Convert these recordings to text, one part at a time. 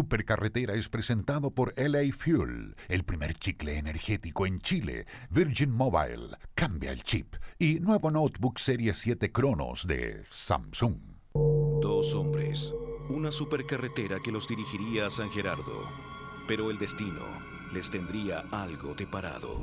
Supercarretera es presentado por LA Fuel, el primer chicle energético en Chile, Virgin Mobile, Cambia el Chip y nuevo notebook Serie 7 Cronos de Samsung. Dos hombres, una supercarretera que los dirigiría a San Gerardo, pero el destino les tendría algo deparado.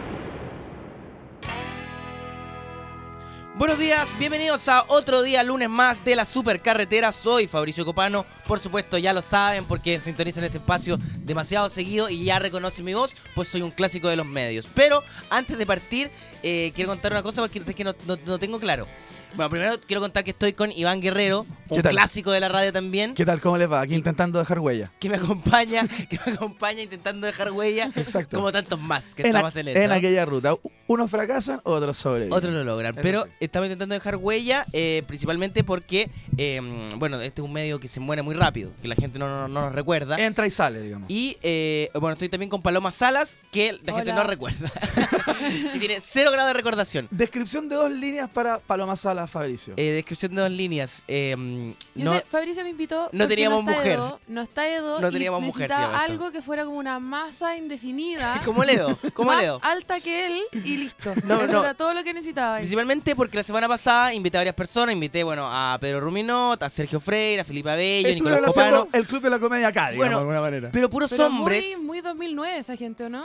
Buenos días, bienvenidos a otro día lunes más de la Supercarretera. Soy Fabricio Copano, por supuesto ya lo saben porque sintonizan este espacio demasiado seguido y ya reconocen mi voz, pues soy un clásico de los medios. Pero antes de partir, eh, quiero contar una cosa porque no sé que no, no- no tengo claro. Bueno, primero quiero contar que estoy con Iván Guerrero, un ¿Qué tal? clásico de la radio también. ¿Qué tal? ¿Cómo les va? Aquí intentando dejar huella. Que me acompaña, que me acompaña intentando dejar huella, Exacto. como tantos más que en, estamos a- en eso. en aquella ruta. U- Unos fracasan, otros sobreviven. Otros lo logran. Eso Pero sí. estamos intentando dejar huella, eh, principalmente porque, eh, bueno, este es un medio que se muere muy rápido, que la gente no, no- no nos recuerda. Entra y sale, digamos. Y, eh, bueno, estoy también con Paloma Salas, que la gente no Hola. recuerda. y tiene cero grado de recordación. Descripción de dos líneas para Paloma Sala, Fabricio. Eh, descripción de dos líneas. eh, Yo no, sé, Fabricio me invitó. no porque teníamos no está mujer. Edo, no está Edo. No y teníamos mujer, se Necesitaba llama esto. algo que fuera como una masa indefinida. ¿Cómo leo? ¿Cómo más leo? alta que él y listo. No, Eso no. era todo lo que necesitaba. Principalmente porque la semana pasada invité a varias personas, invité bueno a Pedro Ruminot, a Sergio Freire, a Felipe Bello, a Nicolás Estuvieron Copano, haciendo el club de la comedia acá, digamos, Bueno, de alguna manera. pero puros Pero hombres. Muy, muy 2009 esa gente, ¿o no?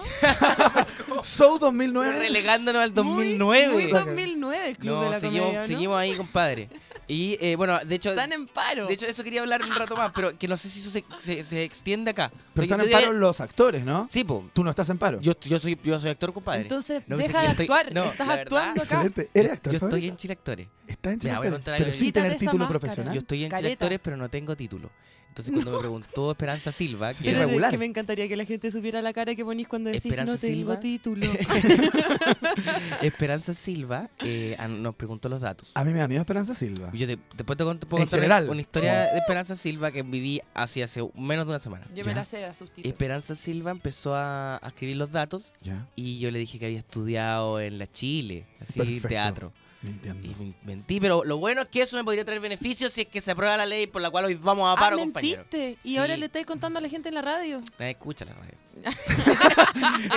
Show Pero 2009. relegándonos al 2009. Muy, muy 2009 el Club No, de la seguimos, Comedia, ¿no? seguimos ahí, compadre. Y eh, bueno, de hecho, Están en paro. de hecho, eso quería hablar un rato más, pero que no sé si eso se, se- se extiende acá. Pero O sea, están que en yo- paro los actores, ¿no? Sí, po. Tú no estás en paro. Yo, yo, soy, yo soy actor, compadre. Entonces, No, pensé deja que de yo estoy- actuar. no, Estás la actuando verdad- acá. Excelente. ¿Eres actor, yo estoy Fabricio? en Chile Actores. Estás en Mira, voy a Chile, contar pero algo. sin Quítate tener esa título máscara. profesional. Yo estoy en Chile Caleta. Actores, pero no tengo título. Entonces, cuando me preguntó Esperanza Silva, Sí, que Pero era- de- regular. que me encantaría que la gente supiera la cara que ponís cuando decís Esperanza no tengo Silva". título. Esperanza Silva eh, a- nos preguntó los datos. A mí me da miedo Esperanza Silva. Yo te- después te cuento- puedo Ah, En contar general. Oh. una historia de Esperanza Silva que viví hace, hace menos de una semana. Yo Ya. me la sé de asustito. Esperanza Silva empezó a, a escribir los datos Ya, y yo le dije que había estudiado en la Chile, así Perfecto. Mm. teatro. me entiendo. Y me- mentí, pero lo bueno es que eso me podría traer beneficios si es que se aprueba la ley por la cual hoy vamos a Ah, paro, compañero. mentiste. Y Sí. ahora le estáis contando a la gente en la radio. Nadie escucha la radio.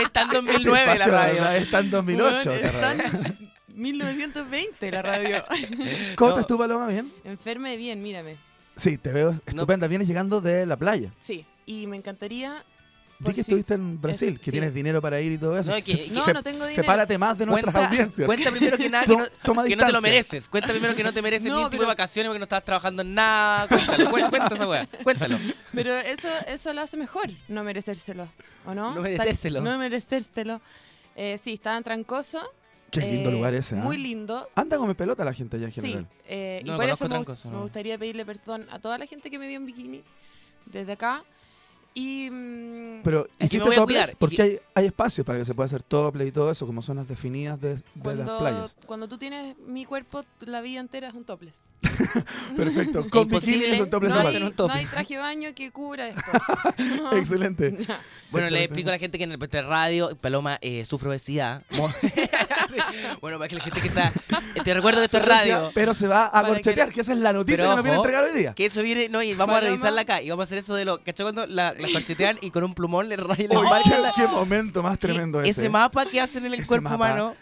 Está en 2009 la Espacio, radio. Está en 2008. Weón, te está radio. en 1920 la radio. ¿Cómo No, estás eh. tú, Paloma? ¿Bien? Enferme bien, mírame. Sí, te veo estupenda. Vienes llegando de la playa. Sí. Y me encantaría. pues Di por que si- estuviste en Brasil, que sí. tienes dinero para ir y todo eso. Pues No, es que- Se- No, se- no tengo dinero. Sepárate más de nuestras Cuenta, audiencias. cuenta primero que nada que no, To- toma que no te lo distancia. mereces. Cuenta primero que no te mereces No, ni un tipo de pero- vacaciones porque no estabas trabajando en nada. Cuéntalo, cuen- cuenta esa weá. Cuéntalo. Pero eso, eso lo hace mejor, no merecérselo. ¿O no? No merecérselo. No merecérselo. Eh, sí, estaba en Trancoso. Qué lindo eh, lugar ese. ¿ah? Muy lindo. Anda con mi pelota la gente allá en Sí, general. eh, No lo y por conozco eso me, Trancoso, gust- me no. gustaría pedirle perdón a toda la gente que me vio en bikini desde acá. Y. mm, Pero me hiciste voy a toples cuidar. porque hay, hay espacios para que se pueda hacer toples y todo eso, como zonas definidas de, de las cuando, playas. cuando tú tienes mi cuerpo, la vida entera es un topless. Perfecto. Con bikini Imposible, es un topless no, aparte. hay, aparte. Un topless. no hay traje de baño que cubra esto. No. Excelente. Bueno, le Excelente. explico a la gente que en el de radio, Paloma, eh, sufro obesidad. Mo- bueno, para que la gente que está. eh, Te recuerdo que esto es radio. Pero se va a Para que- corchetear, que... esa es la noticia Pero que nos viene a ojo. entregar hoy día. Que eso viene, no, y vamos a Paloma. revisarla acá. Y vamos a hacer eso de lo. ¿Cachai cuando la, la corchetean y con un plumón le rayan Oye, la qué, qué momento más tremendo ese. ¿eh? ese mapa que hacen en el Ese cuerpo mapa. humano.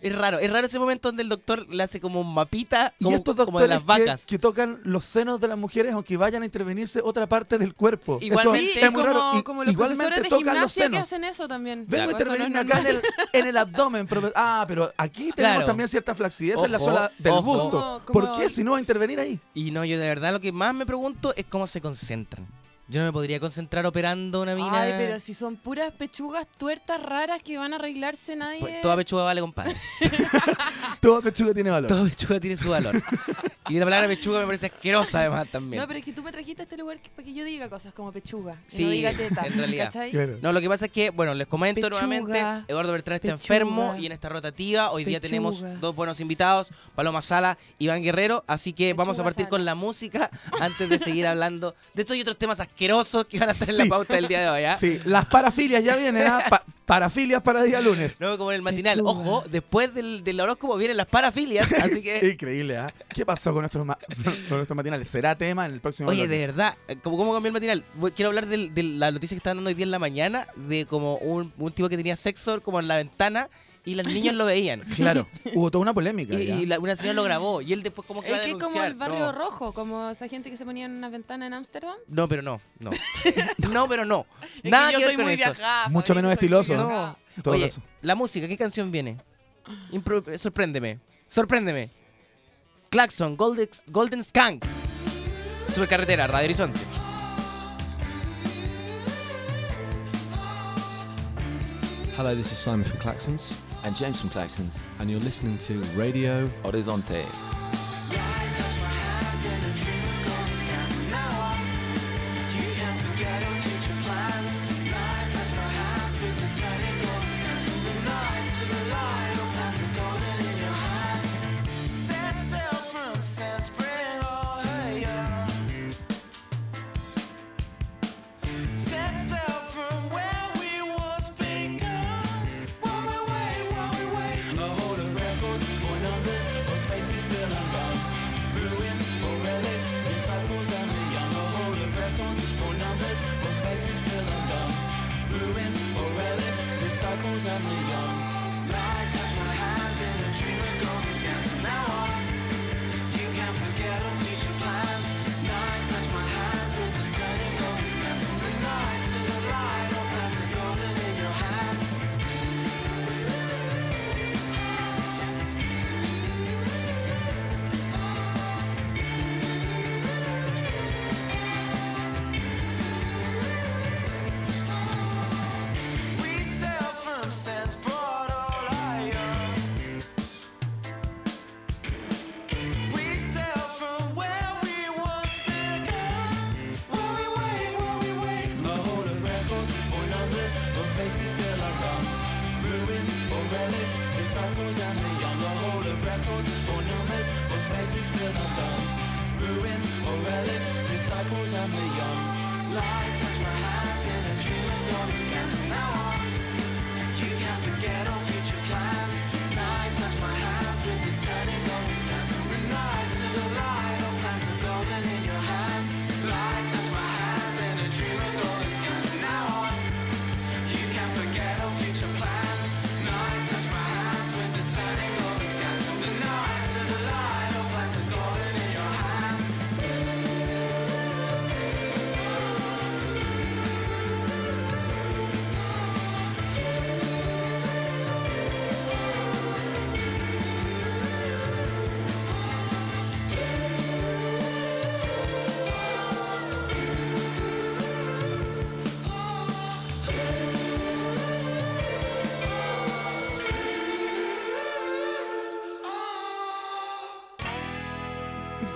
Es raro, es raro ese momento donde el doctor le hace como un mapita Y como, estos como de doctores las que- vacas. Que, tocan los senos de las mujeres aunque vayan a intervenirse otra parte del cuerpo. Eso Igualmente, es muy como, raro. Y- como los igualmente profesores de tocan los gimnasia que senos. hacen eso también. Vengo a Eso no es intervenirme acá en el, normal. en el abdomen. profe- Ah, pero aquí tenemos Claro. también cierta flacidez en la Ojo, zona del ojo. busto. Como- ¿Por como- qué si no va a intervenir ahí? Y no, yo de verdad lo que más me pregunto es cómo se concentran. Yo no me podría concentrar operando una mina. eh. Ay, pero si son puras pechugas tuertas raras que van a arreglarse nadie. Pues, toda pechuga vale, compadre. Todo pechuga tiene valor. Toda pechuga tiene su valor. Y la palabra pechuga me parece asquerosa además también. No, pero es que tú me trajiste a este lugar que- para que yo diga cosas como pechuga. y Sí, no diga teta. en realidad. ¿cachai? Claro. No, lo que pasa es que, bueno, les comento Pechuga. nuevamente, Eduardo Bertrán está Pechuga. enfermo y en esta rotativa hoy día tenemos Pechuga. dos buenos invitados, Paloma Sala, Iván Guerrero, así que vamos a Pechuga partir Salas. con la música antes de seguir hablando de estos y otros temas asquerosos que van a estar en la Sí. pauta del día de hoy, ¿ah? Sí, las parafilias ya vienen, ¿ah? Pa- parafilias para día lunes. No como en el matinal. Pechuga. Ojo, después del, del horóscopo vienen las parafilias, así que... Increíble, ¿ah? ¿Qué pasó con nuestros, ma- con nuestros matinales? ¿Será tema en el próximo Oye, bloque? de verdad, eh, ¿cómo, cómo cambió el matinal? Voy- Quiero hablar del- de la noticia que estaban dando hoy día en la mañana de como un, un tipo que tenía sexo como en la ventana y los niños lo veían. Claro, hubo toda una polémica. Y, ya. y la- una señora lo grabó y él después como que va a Es que es como denunciar. el barrio no. rojo, como esa gente que se ponía en una ventana en Ámsterdam. No, pero no, no. no, pero no. Es Nada que yo que ver soy con muy eso. viajada. Mucho Fabi, menos soy muy estiloso. viajada. En todo Oye, caso. la música, ¿qué canción viene? Impro- eh, sorpréndeme. Sorpréndeme. Claxon, Golden, Golden Skunk. Supercarretera, Radio Horizonte. Hello, this is Simon from Claxons and James from Claxons, and you're listening to Radio Horizonte.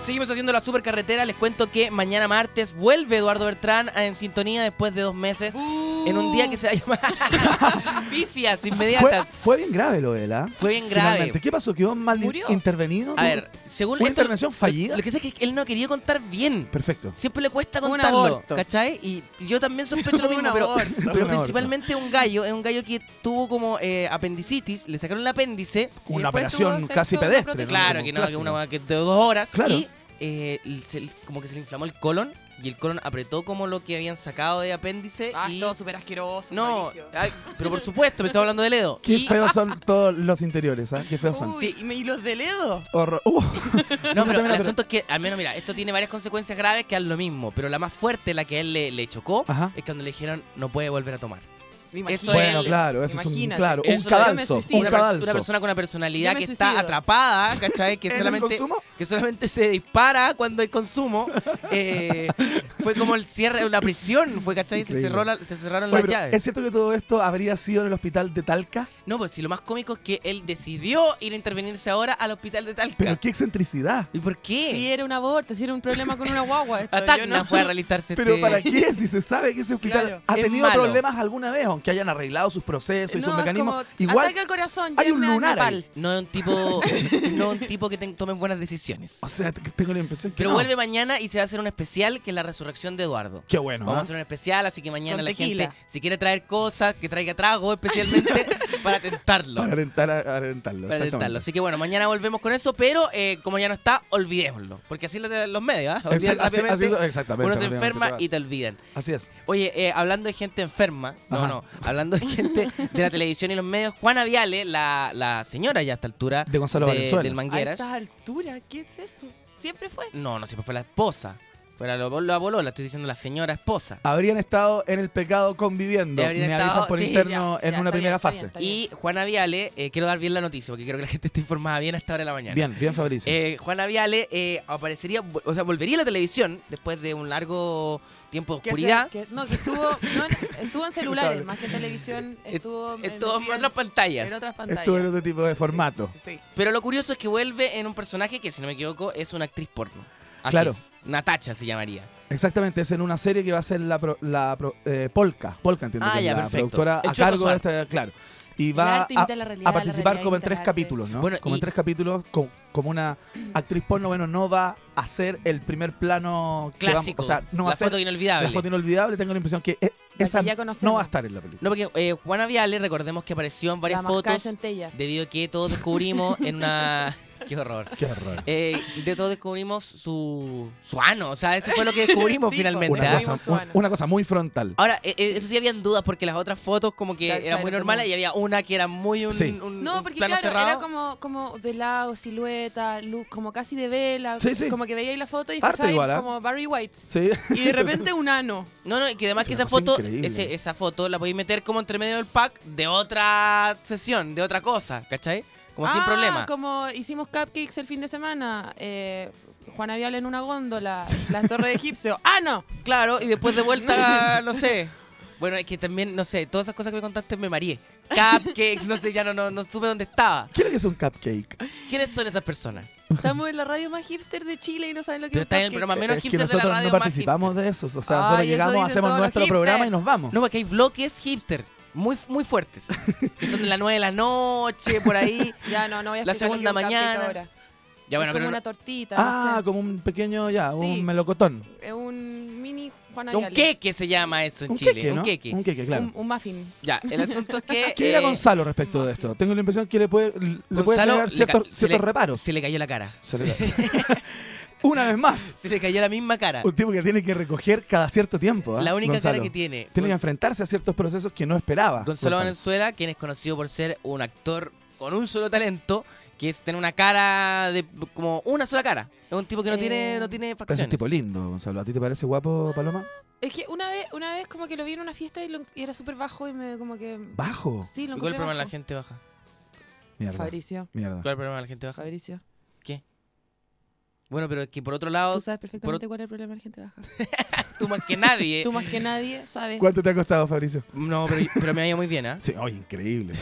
Seguimos haciendo la supercarretera. Les cuento que mañana martes vuelve Eduardo Bertrán a en sintonía después de dos meses. En un día que se va a llamar Pifias fue, inmediatas. fue bien grave lo de él, ¿ah? Fue bien grave. Finalmente. ¿Qué pasó? ¿Quedó mal Murió. intervenido? A ver, según ¿Una esto- intervención fallida? Lo que pasa es que él no quería contar bien. Perfecto. Siempre le cuesta Un contarlo, aborto. ¿cachai? Y yo también sospecho lo Un mismo, pero, aborto. pero Un aborto. principalmente un gallo, es un gallo que tuvo como eh, apendicitis, le sacaron el apéndice, Y Una después operación tuvo sexo casi con una pedestre. prótesis. ¿no? Claro, Como que no, que clásico. una weá que de dos horas. Claro. Y eh, el- se- como que se le inflamó el colon y el colon apretó como lo que habían sacado de apéndice. Ah, y... todo súper asqueroso. No, Fabricio. ah, ay, pero por supuesto, me estaba hablando de Ledo. Qué Y- feos son todos los interiores, ¿ah? Qué feos son. Uy, y me- y los de Ledo. Horror. Uh, no, pero el También, asunto es que, al menos, mira, esto tiene varias consecuencias graves que es lo mismo. Pero la más fuerte, la que a él le, le chocó, Ajá. es cuando le dijeron no puede volver a tomar. Imagínate, Bueno, claro, eso es un- imagínate. claro, un Yo me cadalso, un suicido. una, cadalso. pers- una persona con una personalidad Yo me que está suicido. atrapada, ¿cachai? Que ¿En el solamente, consumo? que solamente se dispara cuando hay consumo. eh, fue como el cierre de una prisión, fue, ¿cachai? Se, Increíble. cerró la- se cerraron Oye, las pero llaves. ¿Es cierto que todo esto habría sido en el hospital de Talca? No, pues si lo más cómico es que él decidió ir a intervenirse ahora al hospital de Talca. Pero qué excentricidad. ¿Y por qué? Si era un aborto, si era un problema con una guagua. Esto, A yo Tacna no. fue a realizarse ¿Pero este- para qué? Si se sabe que ese hospital Claro. ha Es tenido malo. problemas alguna vez, aunque hayan arreglado sus procesos y No, sus es mecanismos. como, Igual, Ataque al corazón, hay un llévenme al lunar ahí. Nepal. No es un tipo, no es un tipo que ten- tome buenas decisiones. o sea, t- tengo la impresión que Pero no. vuelve mañana y se va a hacer un especial que es la resurrección de Eduardo. Qué bueno, Vamos ¿ah? a hacer un especial, así que mañana Con la tequila. gente, si quiere traer cosas, que traiga trago especialmente para tentarlo. Para alentar a- a alentarlo, Para exactamente. tentarlo. Así que bueno, mañana volvemos con eso, pero eh, como ya no está, olvidémoslo. Porque así lo- los medios, ¿ah? Olvidan Exact- así- así rápidamente. es, exactamente, Uno se rápidamente enferma te vas. y te olvidan. Así es. Oye, eh, hablando de gente enferma, no, Ajá. no, hablando de gente de la televisión y los medios, Juana Viale, la, la señora ya a esta altura De Gonzalo Valenzuela. del A Mangueras, estas alturas, ¿qué es eso? Siempre fue. no, no siempre fue la esposa, fue la, lo- la bolola, estoy diciendo la señora esposa. Habrían estado en el pecado conviviendo. Eh, Me habrían avisan estado- por sí, interno ya, en ya, una está bien, primera está bien, fase. está Y Juana Viale, eh, quiero dar bien la noticia porque creo que la gente está informada bien hasta ahora de la mañana. Bien, bien, Fabricio. Eh, Juana Viale eh, aparecería, o sea, volvería a la televisión después de un largo tiempo de Que oscuridad. se- que- no, que estuvo, no en- estuvo en celulares, más que en televisión. Estuvo en, en todas metida otras pantallas. en otras pantallas. Estuve en otro tipo de formato. Sí. Pero lo curioso es que vuelve en un personaje que, si no me equivoco, es una actriz porno. Así Claro. es. Natacha se llamaría. Exactamente, es en una serie que va a ser la, pro- la pro- eh, Polka. Polka, entiendo Ah, que es ya, la perfecto. productora El a Choco cargo de Suar. esta, claro. Y El va arte a, imita la realidad, a la participar realidad como en imita tres el arte. capítulos, ¿no? Bueno, como y- en tres capítulos, co- como una actriz porno, bueno, no va a ser el primer plano que vamos- Clásico. o sea, no va la a ser foto inolvidable. la foto inolvidable. Tengo la impresión que eh, que esa ya no conocemos. va a estar en la película. No, porque eh, Juana Viale, recordemos que apareció en varias La mascada de fotos centella. debido a que todos descubrimos en una... ¡Qué horror! Qué horror. Eh, de todos descubrimos su, su ano. O sea, eso fue lo que descubrimos Sí, finalmente. pues, ¿ah? Una Vimos cosa, su un- ano. una cosa muy frontal. Ahora, eh, eh, eso sí habían dudas porque las otras fotos como que Claro, eran muy claro, normales como- y había una que era muy un, Sí. un- No, un porque Mm, plano claro, cerrado. era como, como de lado, silueta, luz, como casi de vela. Sí, sí. Como que veíais la foto y Harto escuchabais igual, ¿ah? como Barry White. Sí. Y de repente un ano. No, no, y que además Es que una esa cosa foto, increíble. ese- esa foto la podéis meter como entre medio del pack de otra sesión, de otra cosa, ¿cachai? Como sin Ah, problema. Como hicimos cupcakes el fin de semana. Eh, Juana Vial en una góndola, la torre de egipcio. ¡Ah, no! Claro, y después de vuelta, no sé. Bueno, es que también, no sé, todas esas cosas que me contaste me mareé. Cupcakes, no sé, ya no, no, no supe dónde estaba. ¿Qué es lo que es un cupcake? ¿Quiénes son esas personas? Estamos en la radio más hipster de Chile y no saben lo que Pero es un está en el cupcake. programa menos Eh, es que hipster de la nosotros radio no más participamos de eso. O sea, Ay, nosotros eso llegamos, dicen hacemos todos los nuestro programa y hipsters. nos vamos. No, porque hay bloques hipster, muy, muy fuertes. Que son de las 9 de la noche, por ahí. Ya, no, no voy a La explicar lo que segunda es un cupcake mañana. ahora. Ya bueno, es como pero una tortita. ah, no sé. como un pequeño, ya, Sí. un melocotón. Es un mini Juana no- un Viale. queque se llama eso en Un Chile. queque, ¿no? Un queque. Un queque, claro. Un, un muffin. Ya, el asunto es que. ¿Qué dirá eh, Gonzalo respecto de esto? Tengo la impresión que le puede, le puede Gonzalo le generar ca- ciertos, se ciertos le- reparos. Se le cayó la cara. Se le- Una vez más, Se le cayó la misma cara. un tipo que tiene que recoger cada cierto tiempo. ¿ah, Ah. La única cara Gonzalo? que tiene. Tiene que enfrentarse a ciertos procesos que no esperaba. Gonzalo Gonzalo. Valenzuela, quien es conocido por ser un actor con un solo talento, que es tener una cara de como una sola cara. Es un tipo que no Eh, tiene no tiene Pero Es un facciones. tipo lindo, Gonzalo. ¿A ti te parece guapo, Paloma? Es que una vez, una vez como que lo vi en una fiesta y, lo- y era súper bajo y me como que... Bajo. Sí, lo ¿Cuál es el encontré problema de la bajo. gente baja? Ah. Mierda. Fabricio, Mierda. ¿Cuál es el problema de la gente baja? Fabricio. Bueno, pero es que por otro Eh, lado, Tú sabes perfectamente cuál es el problema de la gente baja. tú más que nadie. Tú más que nadie sabes. ¿Cuánto te ha costado, Fabricio? No, pero, pero me ha ido muy bien, ¿ah? Sí, oye, increíble.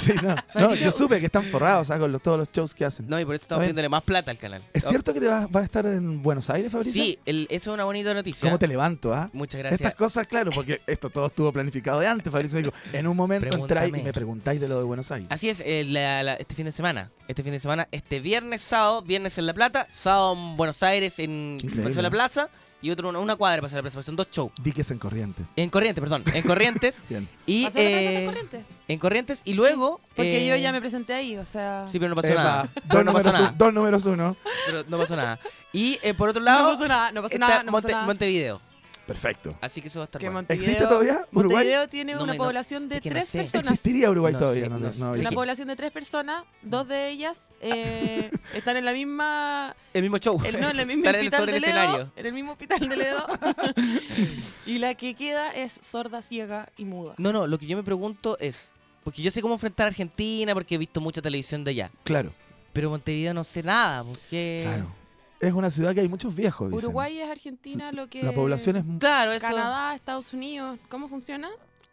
sí, no. No, Fabricio- yo supe que están forrados ¿ah? con los- todos los shows que hacen. No, y por eso estamos Está bien. pidiéndole más plata al canal. ¿Es Oh, cierto que te vas, vas a estar en Buenos Aires, Fabricio? Sí, el- eso es una bonita noticia. ¿Cómo te levanto, ah? Muchas gracias. Estas cosas, claro, porque esto todo estuvo planificado de antes, Fabricio dijo, en un momento entráis y Pregúntame. me preguntáis de lo de Buenos Aires. Así es, eh, la- la- este fin de semana. Este fin de semana, este viernes, sábado, viernes en La Plata, sábado en Buenos Aires, en Qué increíble. Paseo de la Plaza, y otro una, una cuadra de Paseo de la Plaza, porque son dos shows. Diques en Corrientes. En Corrientes, perdón, en Corrientes. Bien. y ¿Pasó la plaza eh, de corriente? en Corrientes, y luego. Porque eh, yo ya me presenté ahí, o sea... Sí, pero no pasó Epa, nada. dos, Pero no pasó números, nada. un- dos números uno. Pero no pasó nada. Y eh, por otro no lado, pasó nada, no pasó está nada, no pasó Monte- nada. Montevideo. Perfecto. Así que eso va a estar Que bueno. Montevideo- ¿Existe todavía Uruguay? Montevideo tiene No, una no, no. población de Es que no tres sé. personas. ¿Existiría Uruguay No todavía? sé, No, no no, sé. no Una Sí. población de tres personas, dos de ellas eh, están en la misma El mismo show. El- no, en el mismo Estar en- hospital sobre de el Ledo. escenario. En el mismo hospital de Ledo. y la que queda es sorda, ciega y muda. No, no, lo que yo me pregunto es. Porque yo sé cómo enfrentar a Argentina, porque he visto mucha televisión de allá. Claro. Pero Montevideo no sé nada, pues, porque. Claro. Es una ciudad que hay muchos viejos. dicen. Uruguay es Argentina, lo que. La población es. eh, Claro, eso. Canadá, Estados Unidos. ¿Cómo funciona?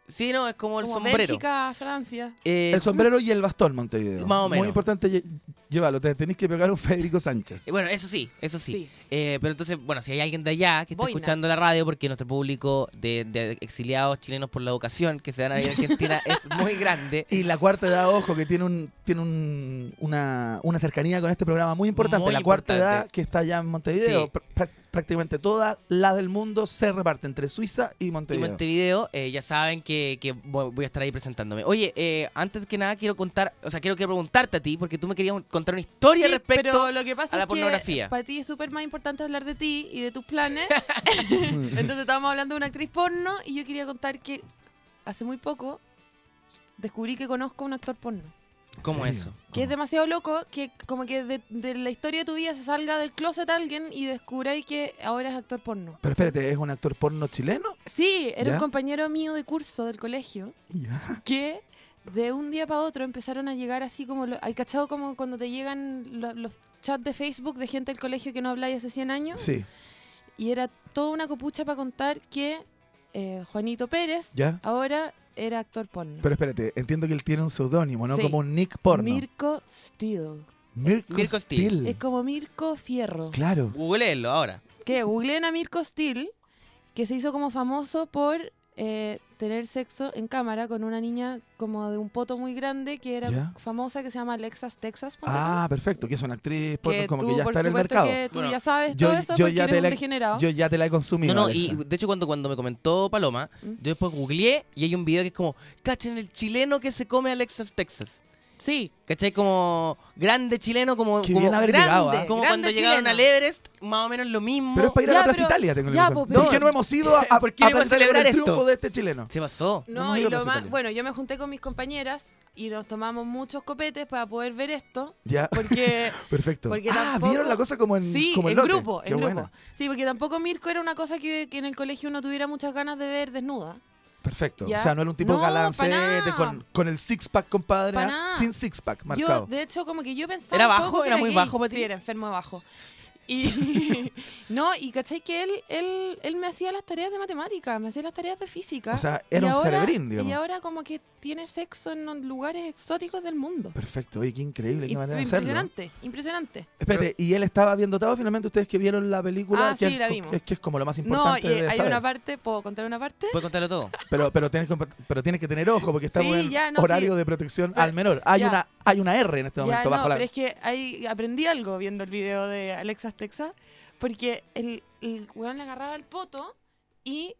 Sí, no, es como el Como sombrero. Bélgica, Francia. Eh, El sombrero y el bastón, Montevideo. Más o menos. Muy importante lle- llevarlo. Te tenés que pegar un Federico Sánchez. eh, bueno, eso sí, eso sí. Eh, pero entonces, bueno, si hay alguien de allá que está Boina. escuchando la radio, porque nuestro público de, de exiliados chilenos por la educación que se van a vivir en Argentina es muy grande. Y la cuarta edad, ojo, que tiene un tiene un- una, una cercanía con este programa muy importante. Muy la cuarta importante. edad que está allá en Montevideo. Sí. Pr- prá- prácticamente toda la del mundo se reparte entre Suiza y Y Montevideo. Montevideo, eh, ya saben que, que vo- voy a estar ahí presentándome. Oye, eh, antes que nada quiero contar, o sea, quiero que preguntarte a ti, porque tú me querías contar una historia Sí, respecto. pero lo que pasa a la es pornografía. que para ti es súper más importante hablar de ti y de tus planes. Entonces estábamos hablando de una actriz porno y yo quería contar que hace muy poco descubrí que conozco a un actor porno. ¿Cómo ¿En eso? serio? Que es demasiado loco que como que de, de la historia de tu vida se salga del closet alguien y descubráis que ahora es actor porno. Pero espérate, ¿es un actor porno chileno? Sí, era ¿Ya? un compañero mío de curso del colegio que de un día para otro empezaron a llegar así como... lo- ¿Hay cachado como cuando te llegan lo- los chats de Facebook de gente del colegio que no habláis hace 100 años? Sí. Y era toda una copucha para contar que eh, Juanito Pérez ¿Ya? ahora era actor porno. Pero espérate, entiendo que él tiene un seudónimo, ¿no? Sí. Como un nick porno. Mirko Steele. Mirko, Mirko Steele. Steele. Es como Mirko Fierro. Claro. Googleenlo ahora. que googleen a Mirko Steele, que se hizo como famoso por eh, tener sexo en cámara con una niña como de un poto muy grande que era Ya. famosa, que se llama Alexas Texas. ponte Ah, perfecto, que es una actriz tú, porno, que como tú, que ya por está en el supuesto, mercado. que tú Bueno, ya sabes yo- todo eso yo porque ya eres te un la- degenerado. Yo ya te la he consumido. No, no, y Alexa. de hecho cuando, cuando me comentó Paloma, ¿Mm? yo después googleé y hay un video que es como, cachen el chileno que se come a Alexas Texas. sí, ¿Cachai? Como grande chileno, como, Qué como, bien haber grande. llegado, ¿ah? como grande cuando llegaron chileno. al Everest, más o menos lo mismo. Pero es para ir a Ya, la Plaza pero- Italia, tengo la ya, impresión. pues, ¿Por qué pero- no hemos ido a, a, ¿Por qué no a hemos Plaza Italia por celebrar el triunfo esto? de este chileno? Se pasó. no, hemos y ido a lo Plaza más, Italia. bueno, yo me junté con mis compañeras y nos tomamos muchos copetes para poder ver esto, Ya, porque perfecto. porque ah, tampoco- vieron la cosa como en, Sí, como en lote. grupo, Qué en grupo. buena. Sí, porque tampoco Mirko era una cosa que, que en el colegio uno tuviera muchas ganas de ver desnuda. Perfecto. Ya. O sea, no era un tipo No, pa' galancete nada. con, con el six-pack, compadre. Pa' ¿ah? nada. Sin six-pack, marcado. Yo, de hecho, como que yo pensaba. ¿Era un bajo? poco que ¿Era muy gay. bajo para ti? Sí, era enfermo de bajo. Y. no, y cachai que él, él, él me hacía las tareas de matemática, me hacía las tareas de física. O sea, era Y un ahora- cerebrín, digamos. Y ahora, como que tiene sexo en los lugares exóticos del mundo. Perfecto. Oye, qué increíble, qué Imp- manera de hacerlo. impresionante, impresionante. Espérate, ¿y él estaba bien dotado finalmente? ¿Ustedes que vieron la película? Ah, que sí, es, la vimos. Es que es como lo más No, importante y de hay saber. una parte, ¿puedo contar una parte? Puedes contarlo todo. Pero, pero, tienes, que- pero tienes que tener ojo porque estamos Sí, en ya, no, horario sí. de protección Pero- al menor. Hay ya. una hay una R en este Ya, momento no, bajo la... pero es que ahí aprendí algo viendo el video de Alexas Texas, porque el, el weón le agarraba el poto y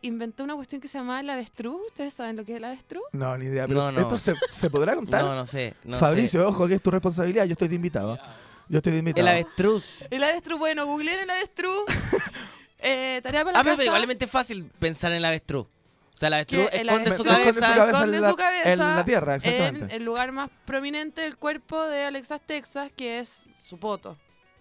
inventó una cuestión que se llamaba el avestruz. ¿Ustedes saben lo que es el avestruz? No, ni idea. Pero No, no. ¿Esto se, se podrá contar? No, no sé. No Fabricio, ojo, que es tu responsabilidad. Yo estoy de invitado. Yo estoy de sé. El invitado. avestruz. El avestruz, bueno, googleen el avestruz. eh, tarea para la Ah, pero casa. igualmente es fácil pensar en el avestruz. O sea, el avestruz Que el esconde su avestruz Esconde cabeza. su cabeza esconde en la- su cabeza en la tierra, En exactamente. el lugar más prominente del cuerpo de Alexas Texas, que es su poto.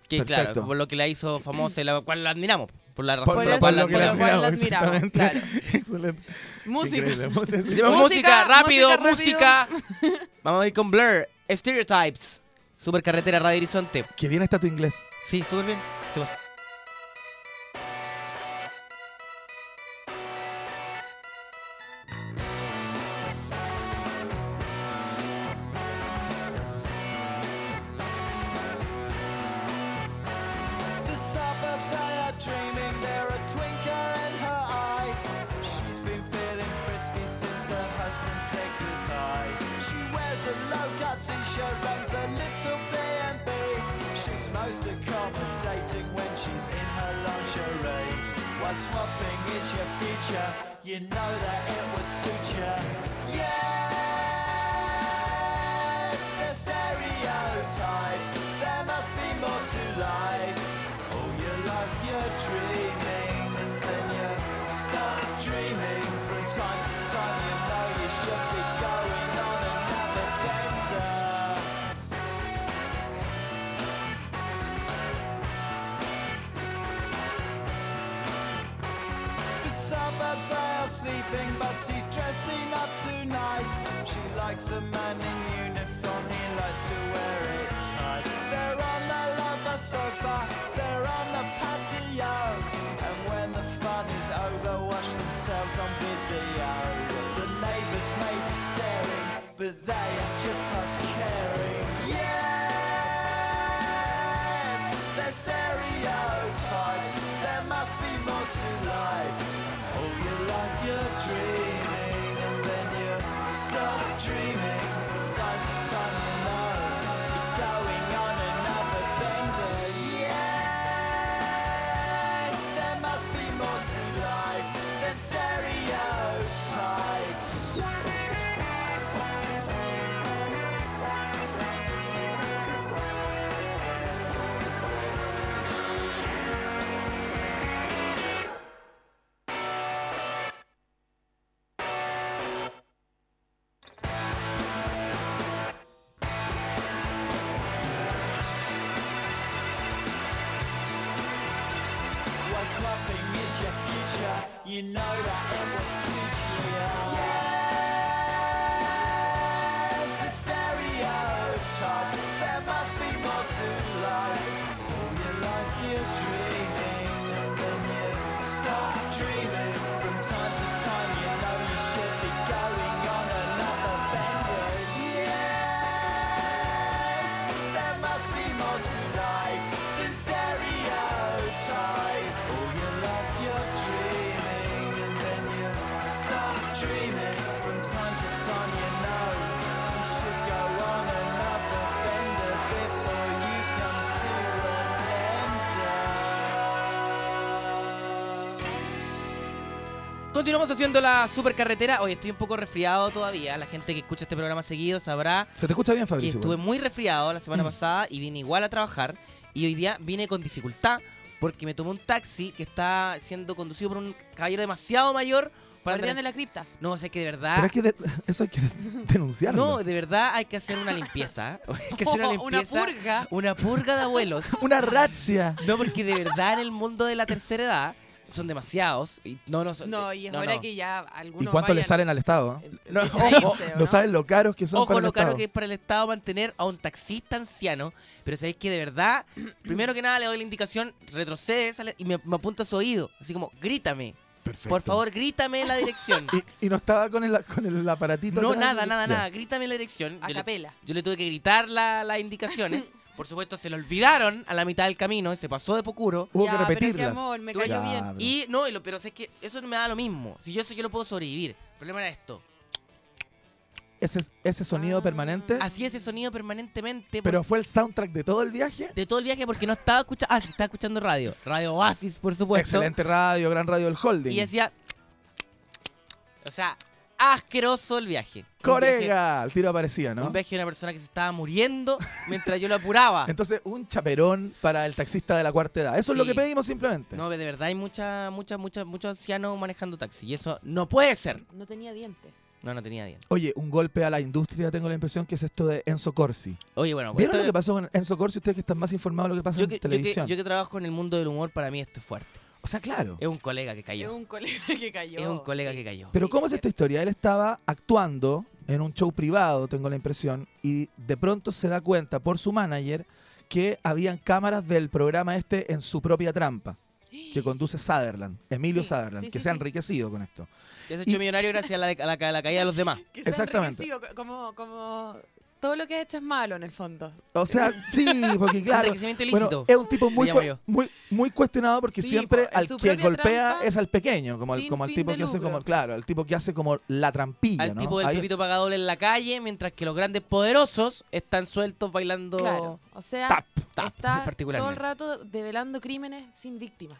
Que Perfecto. claro, por lo que la hizo famosa y la cual la admiramos. Por la razón Por por, eso, la cual la por lo admiramos. cual la admiramos, exactamente. claro. Excelente. Música. Increíble. Música. Música, Música, música, rápido, música, música. Vamos a ir con Blur. Stereotypes. Supercarretera Radio Horizonte. Qué bien está tu inglés. Sí, súper bien. Se va- The suburbs, they are dreaming, there a twinkle in her eye. She's been feeling frisky since her husband said goodbye. She wears a low-cut t-shirt, runs a little B&B. She's most accommodating when she's in her lingerie. While swapping is your future, you know that it would suit ya. Yes, they're stereotypes. There must be more to life. All your life you're dreaming, and then you're sleeping, but she's dressing up tonight. She likes a man in uniform, he likes to wear it tight. They're on the lover sofa, they're on the patio. And when the fun is over, watch themselves on video. The neighbors may be staring, but they are just us caring. Yes, they're stereotyped. There must be more to life. All your life you're dreaming, and then you stop dreaming. Time to time you know you're going on another bender. Yes, there must be more to life than stereotypes. What's loving is your future. You know that it will suit you. Yes, the stereotypes. There must be more to life. All your life you're dreaming, and then you stop dreaming. From time to time, you know you should be going on another bender. Yes, there must be more to life than stereotypes. All Oh, your life you're dreaming, and then you stop dreaming. From time to time, you know you should go on another bender before you come to an end. Continuamos haciendo la supercarretera. Hoy estoy un poco resfriado todavía. La gente que escucha este programa seguido sabrá Se te escucha bien, que Fabricio. estuve igual. muy resfriado la Mm. semana pasada y vine igual a trabajar. Y hoy día vine con dificultad porque me tomé un taxi que está siendo conducido por un caballero demasiado mayor para Guardián de tener- la cripta. No, o sea que de Pero verdad. es que de- eso hay que de- denunciarlo. No, de verdad hay que hacer una limpieza. Hay que hacer una una limpieza. purga. Una purga de abuelos. Una razzia. No, porque de verdad en el mundo de la tercera edad son demasiados. Y no, no, son- eh, No, y es no, hora no. que ya algunos ¿Y cuánto le vayan- salen al Estado? eh? No, Ojo, no saben lo caros que son Ojo para el lo caro Estado. que es para el Estado mantener a un taxista anciano, pero sabéis que de verdad, primero que nada le doy la indicación, retrocede sale, y me, me apunta a su oído, así como, grítame, Perfecto. por favor, grítame la dirección. Y, y no estaba con el, con el aparatito. no, atrás. nada, nada, Ya. nada, grítame la dirección. A Yo le, capela. yo le tuve que gritar la- las indicaciones, por supuesto se le olvidaron a la mitad del camino, se pasó de Pocuro. Hubo Ya, que pero qué repetirlas. amor, me Tú- cayó Ya, bien. pero- Y no, y lo, pero es que eso no me da lo mismo, si yo eso yo lo puedo sobrevivir. El problema era esto, ese, ese sonido Ah. permanente. hacía ese sonido permanentemente. por- Pero fue el soundtrack de todo el viaje. de todo el viaje porque no estaba escuchando. Ah, sí, estaba escuchando radio. Radio Oasis, por supuesto. Excelente radio, gran radio del holding. Y decía. O sea, asqueroso el viaje. Un viaje- Corega, al tiro aparecía, ¿no? Un viaje de una persona que se estaba muriendo mientras yo lo apuraba. Entonces, un chaperón para el taxista de la cuarta edad. Eso es lo Sí. que pedimos simplemente. No, de verdad hay mucha, mucha, mucha, muchos ancianos manejando taxi. Y eso no puede ser. No tenía dientes. No, no tenía bien. Oye, un golpe a la industria, tengo la impresión que es esto de Enzo Corsi. Oye, Ah, bueno, ¿Vieron esto- lo que pasó con Enzo Corsi? Ustedes que están más informados de lo que pasa yo, en que, yo, que, televisión. yo que trabajo en el mundo del humor, para mí esto es fuerte. O sea, claro. Es un colega que Es cayó. un colega que cayó. Es un colega sí. que cayó. Pero Sí, ¿cómo es esta cierto. historia? Él estaba actuando en un show privado, tengo la impresión, y de pronto se da cuenta por su manager que habían cámaras del programa este en su propia trampa, que conduce Sutherland, Emilio Sí, Sutherland, sí, que sí, se ha sí. enriquecido con esto. Ya se ha hecho y- millonario gracias a la, a la- a la caída de los demás. Que se han Exactamente. enriquecido, Como, como todo lo que has hecho es malo en el fondo. O sea, sí, porque claro, Enriquecimiento bueno, ilícito. es un tipo muy, llamo cua- yo. muy, muy cuestionado porque Sí, siempre po, en al su que propia golpea trampa, es al pequeño, como el, sin como el fin tipo de que hace como, lucro. claro, el tipo que hace como la trampilla, al ¿no? tipo del Ahí- pepito pagadoble en la calle, mientras que los grandes poderosos están sueltos bailando Claro. O sea, tap, tap, está todo el particularmente. rato develando crímenes sin víctimas.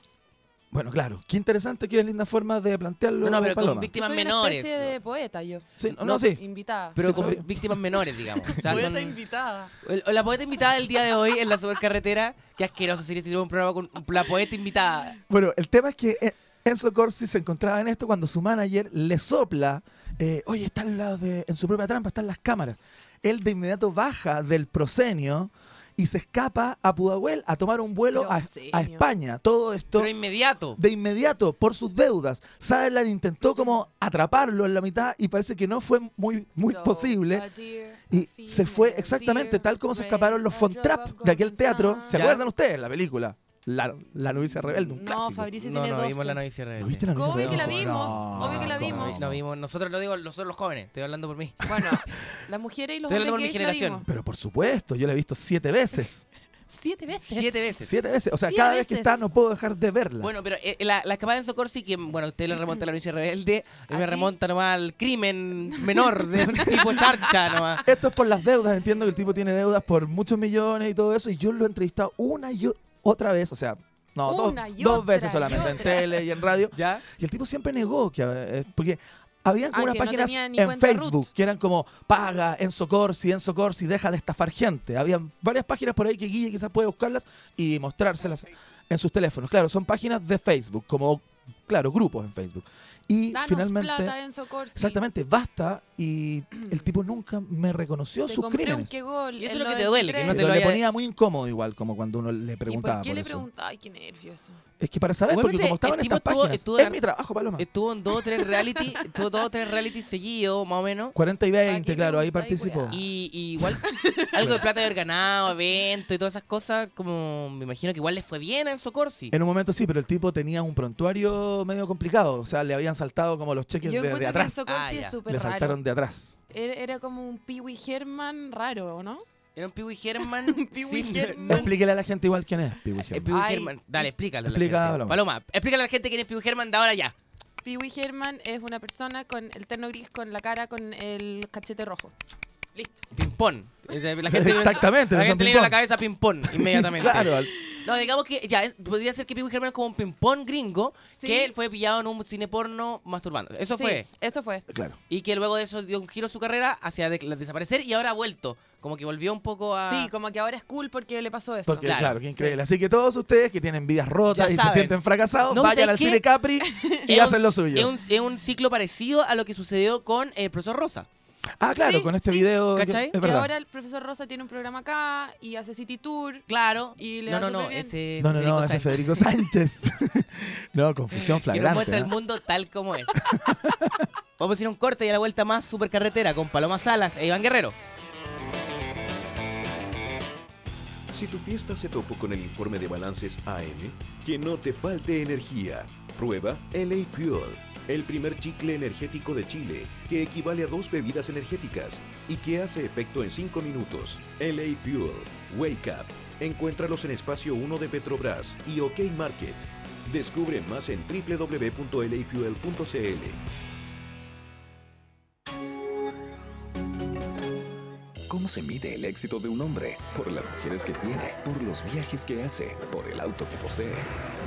Bueno, claro, qué interesante, qué linda forma de plantearlo. No, no, pero con Paloma. Yo víctimas soy menores. Una especie de poeta, yo. Sí, no, no, no, sí. Invitada. Pero Sí, con sabía. vi- víctimas menores, digamos. O sea, poeta son- invitada. el- la poeta invitada del día de hoy en la supercarretera. Qué asqueroso sería si tuviera un programa con la poeta invitada. Bueno, el tema es que eh, Enzo Corsi se encontraba en esto cuando su manager le sopla, eh, oye, está al lado de, en su propia trampa, están las cámaras. Él de inmediato baja del proscenio y se escapa a Pudahuel a tomar un vuelo Pero a, a señor. España. Todo esto Pero inmediato. de inmediato por sus deudas. Sutherland intentó como atraparlo en la mitad y parece que no fue muy, muy posible. Y se fue exactamente tal como se escaparon los Fontrap de aquel teatro. ¿Se Ya. acuerdan ustedes la película? La, la novicia rebelde, un No, clásico. Fabricio no, tiene no, 12. vimos la novicia rebelde. ¿No viste la novicia Obvio que la rebelde? vimos, No, obvio que la ¿cómo vimos. no? No vimos, nosotros lo digo, nosotros los jóvenes, estoy hablando por mí. Bueno, las mujeres y los Estoy hablando por mi hombres gays la generación. vimos. Pero por supuesto, yo la he visto siete veces. Siete veces. Siete veces. Siete veces. O sea, Siete cada vez que veces. está no puedo dejar de verla. Bueno, pero eh, la, la escapada en Socorro sí que, bueno, usted le remonta a la novicia rebelde, a mí me Aquí- remonta nomás al crimen menor de un tipo charcha nomás. Esto es por las deudas, entiendo que el tipo tiene deudas por muchos millones y todo eso, y yo lo he entrevistado una y o- otra vez, o sea, no, dos, Una y dos otra veces y solamente, en otra. tele y en radio, ¿Ya? y el tipo siempre negó que, eh, porque habían como Ah, unas que no páginas tenía ni en cuenta Facebook root. que eran como, paga Enzo Corsi, Enzo Corsi, deja de estafar gente, habían varias páginas por ahí que Guille quizás puede buscarlas y mostrárselas en sus teléfonos, claro, son páginas de Facebook, como, claro, grupos en Facebook, y Danos finalmente... plata, Enzo Corsi. Exactamente, basta y el tipo nunca me reconoció Te sus compré crímenes. un que gol. Y eso en es lo que te duele, que no te Pero lo le haya- ponía muy incómodo igual, como cuando uno le preguntaba por, ¿Y por qué le eso. preguntaba? Ay, qué nervioso. Es que para saber, porque Igualmente, como estaban el tipo estas estuvo- páginas, estuvo es en- mi trabajo, Paloma. Estuvo en dos o tres reality, estuvo dos o tres reality seguidos, más o menos. 40 y ¿Para qué 20, claro, ahí preguntáis, participó. weá? Y, y igual algo de plata haber ganado, evento y todas esas cosas, como me imagino que igual les fue bien a Enzo Corsi. En un momento sí, pero el tipo tenía un prontuario medio complicado. O sea, le habían saltado como los cheques Yo de, de encuentro que atrás. Enzo Corsi Ah, ya. es súper Le raro. saltaron de atrás. Era, era como un Pee Wee Herman raro, ¿no? Era un Pee Wee Herman. Un Pee Wee sin- Herman. Explíquele a la gente igual quién es, Pee Wee Eh, Herman. Pee Wee Ay. Herman. Dale, explícalo. a la Explica, gente. Paloma. Paloma, explícale a la gente quién es Pee Wee Herman de ahora ya. Pee Wee Herman es una persona con el terno gris, con la cara, con el cachete rojo. Listo. Ping-pong. La gente, Exactamente, la no son gente le dio la ping-pong. cabeza ping-pong inmediatamente. Claro, al- No, digamos que ya, es- podría ser que Pee Wee Herman es como un ping-pong gringo Sí. que él fue pillado en un cine porno masturbando. Eso Sí, fue. Eso fue. claro. Y que luego de eso dio un giro a su carrera hacia de- la- desaparecer y ahora ha vuelto. Como que volvió un poco a. Sí, como que ahora es cool porque le pasó eso. Porque, Claro, claro, qué increíble. Así que todos ustedes que tienen vidas rotas Ya y saben. se sienten fracasados, No, vayan ¿sabes al qué? cine Capri y Es hacen un- lo Es suyo. un, es un ciclo parecido a lo que sucedió con el profesor Rosa. Ah, claro, Sí, con este sí. video. que- ¿Cachai? Es Que verdad. ahora el profesor Rosa tiene un programa acá y hace City Tour. Claro. Y le no, va no, no, superbién. ese. No, no, eh, Federico no, ese es Sánchez. Federico Sánchez. no, Que confusión nos flagrante. muestra el ¿no? mundo tal como es. Vamos a ir a un corte y a la vuelta más supercarretera con Paloma Salas e Iván Guerrero. Si tu fiesta se topó con el informe de balances AM, que no te falte energía. Prueba LA Fuel, el primer chicle energético de Chile, que equivale a dos bebidas energéticas y que hace efecto en 5 minutos. LA Fuel, Wake Up. Encuéntralos en Espacio 1 de Petrobras y OK Market. Descubre más en www.lafuel.cl. ¿Cómo se mide el éxito de un hombre? ¿Por las mujeres que tiene? ¿Por los viajes que hace? ¿Por el auto que posee?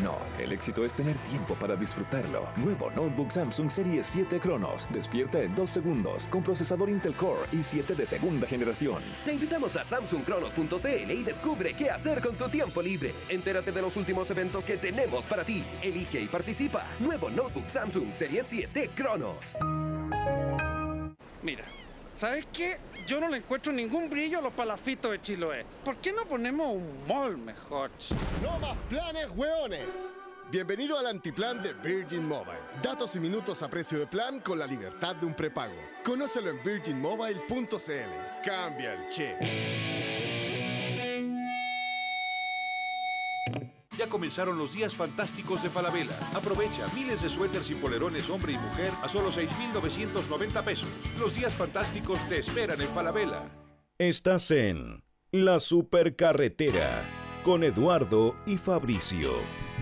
No, el éxito es tener tiempo para disfrutarlo. Nuevo Notebook Samsung Serie 7 Cronos. Despierta en 2 segundos con procesador Intel Core i7 de segunda generación. Te invitamos a samsungcronos.cl y descubre qué hacer con tu tiempo libre. Entérate de los últimos eventos que tenemos para ti. Elige y participa. Nuevo notebook Samsung Serie 7 Cronos. Mira, ¿sabes qué? Yo no le encuentro ningún brillo a los palafitos de Chiloé. ¿Por qué no ponemos un mall mejor? ch-? No más planes, hueones. Bienvenido al antiplan de Virgin Mobile. Datos y minutos a precio de plan con la libertad de un prepago. Conócelo en virginmobile.cl. Cambia el chip. Ya comenzaron los días fantásticos de Falabella. Aprovecha miles de suéteres y polerones hombre y mujer a solo 6.990 pesos. Los días fantásticos te esperan en Falabella. Estás en La Supercarretera con Eduardo y Fabricio.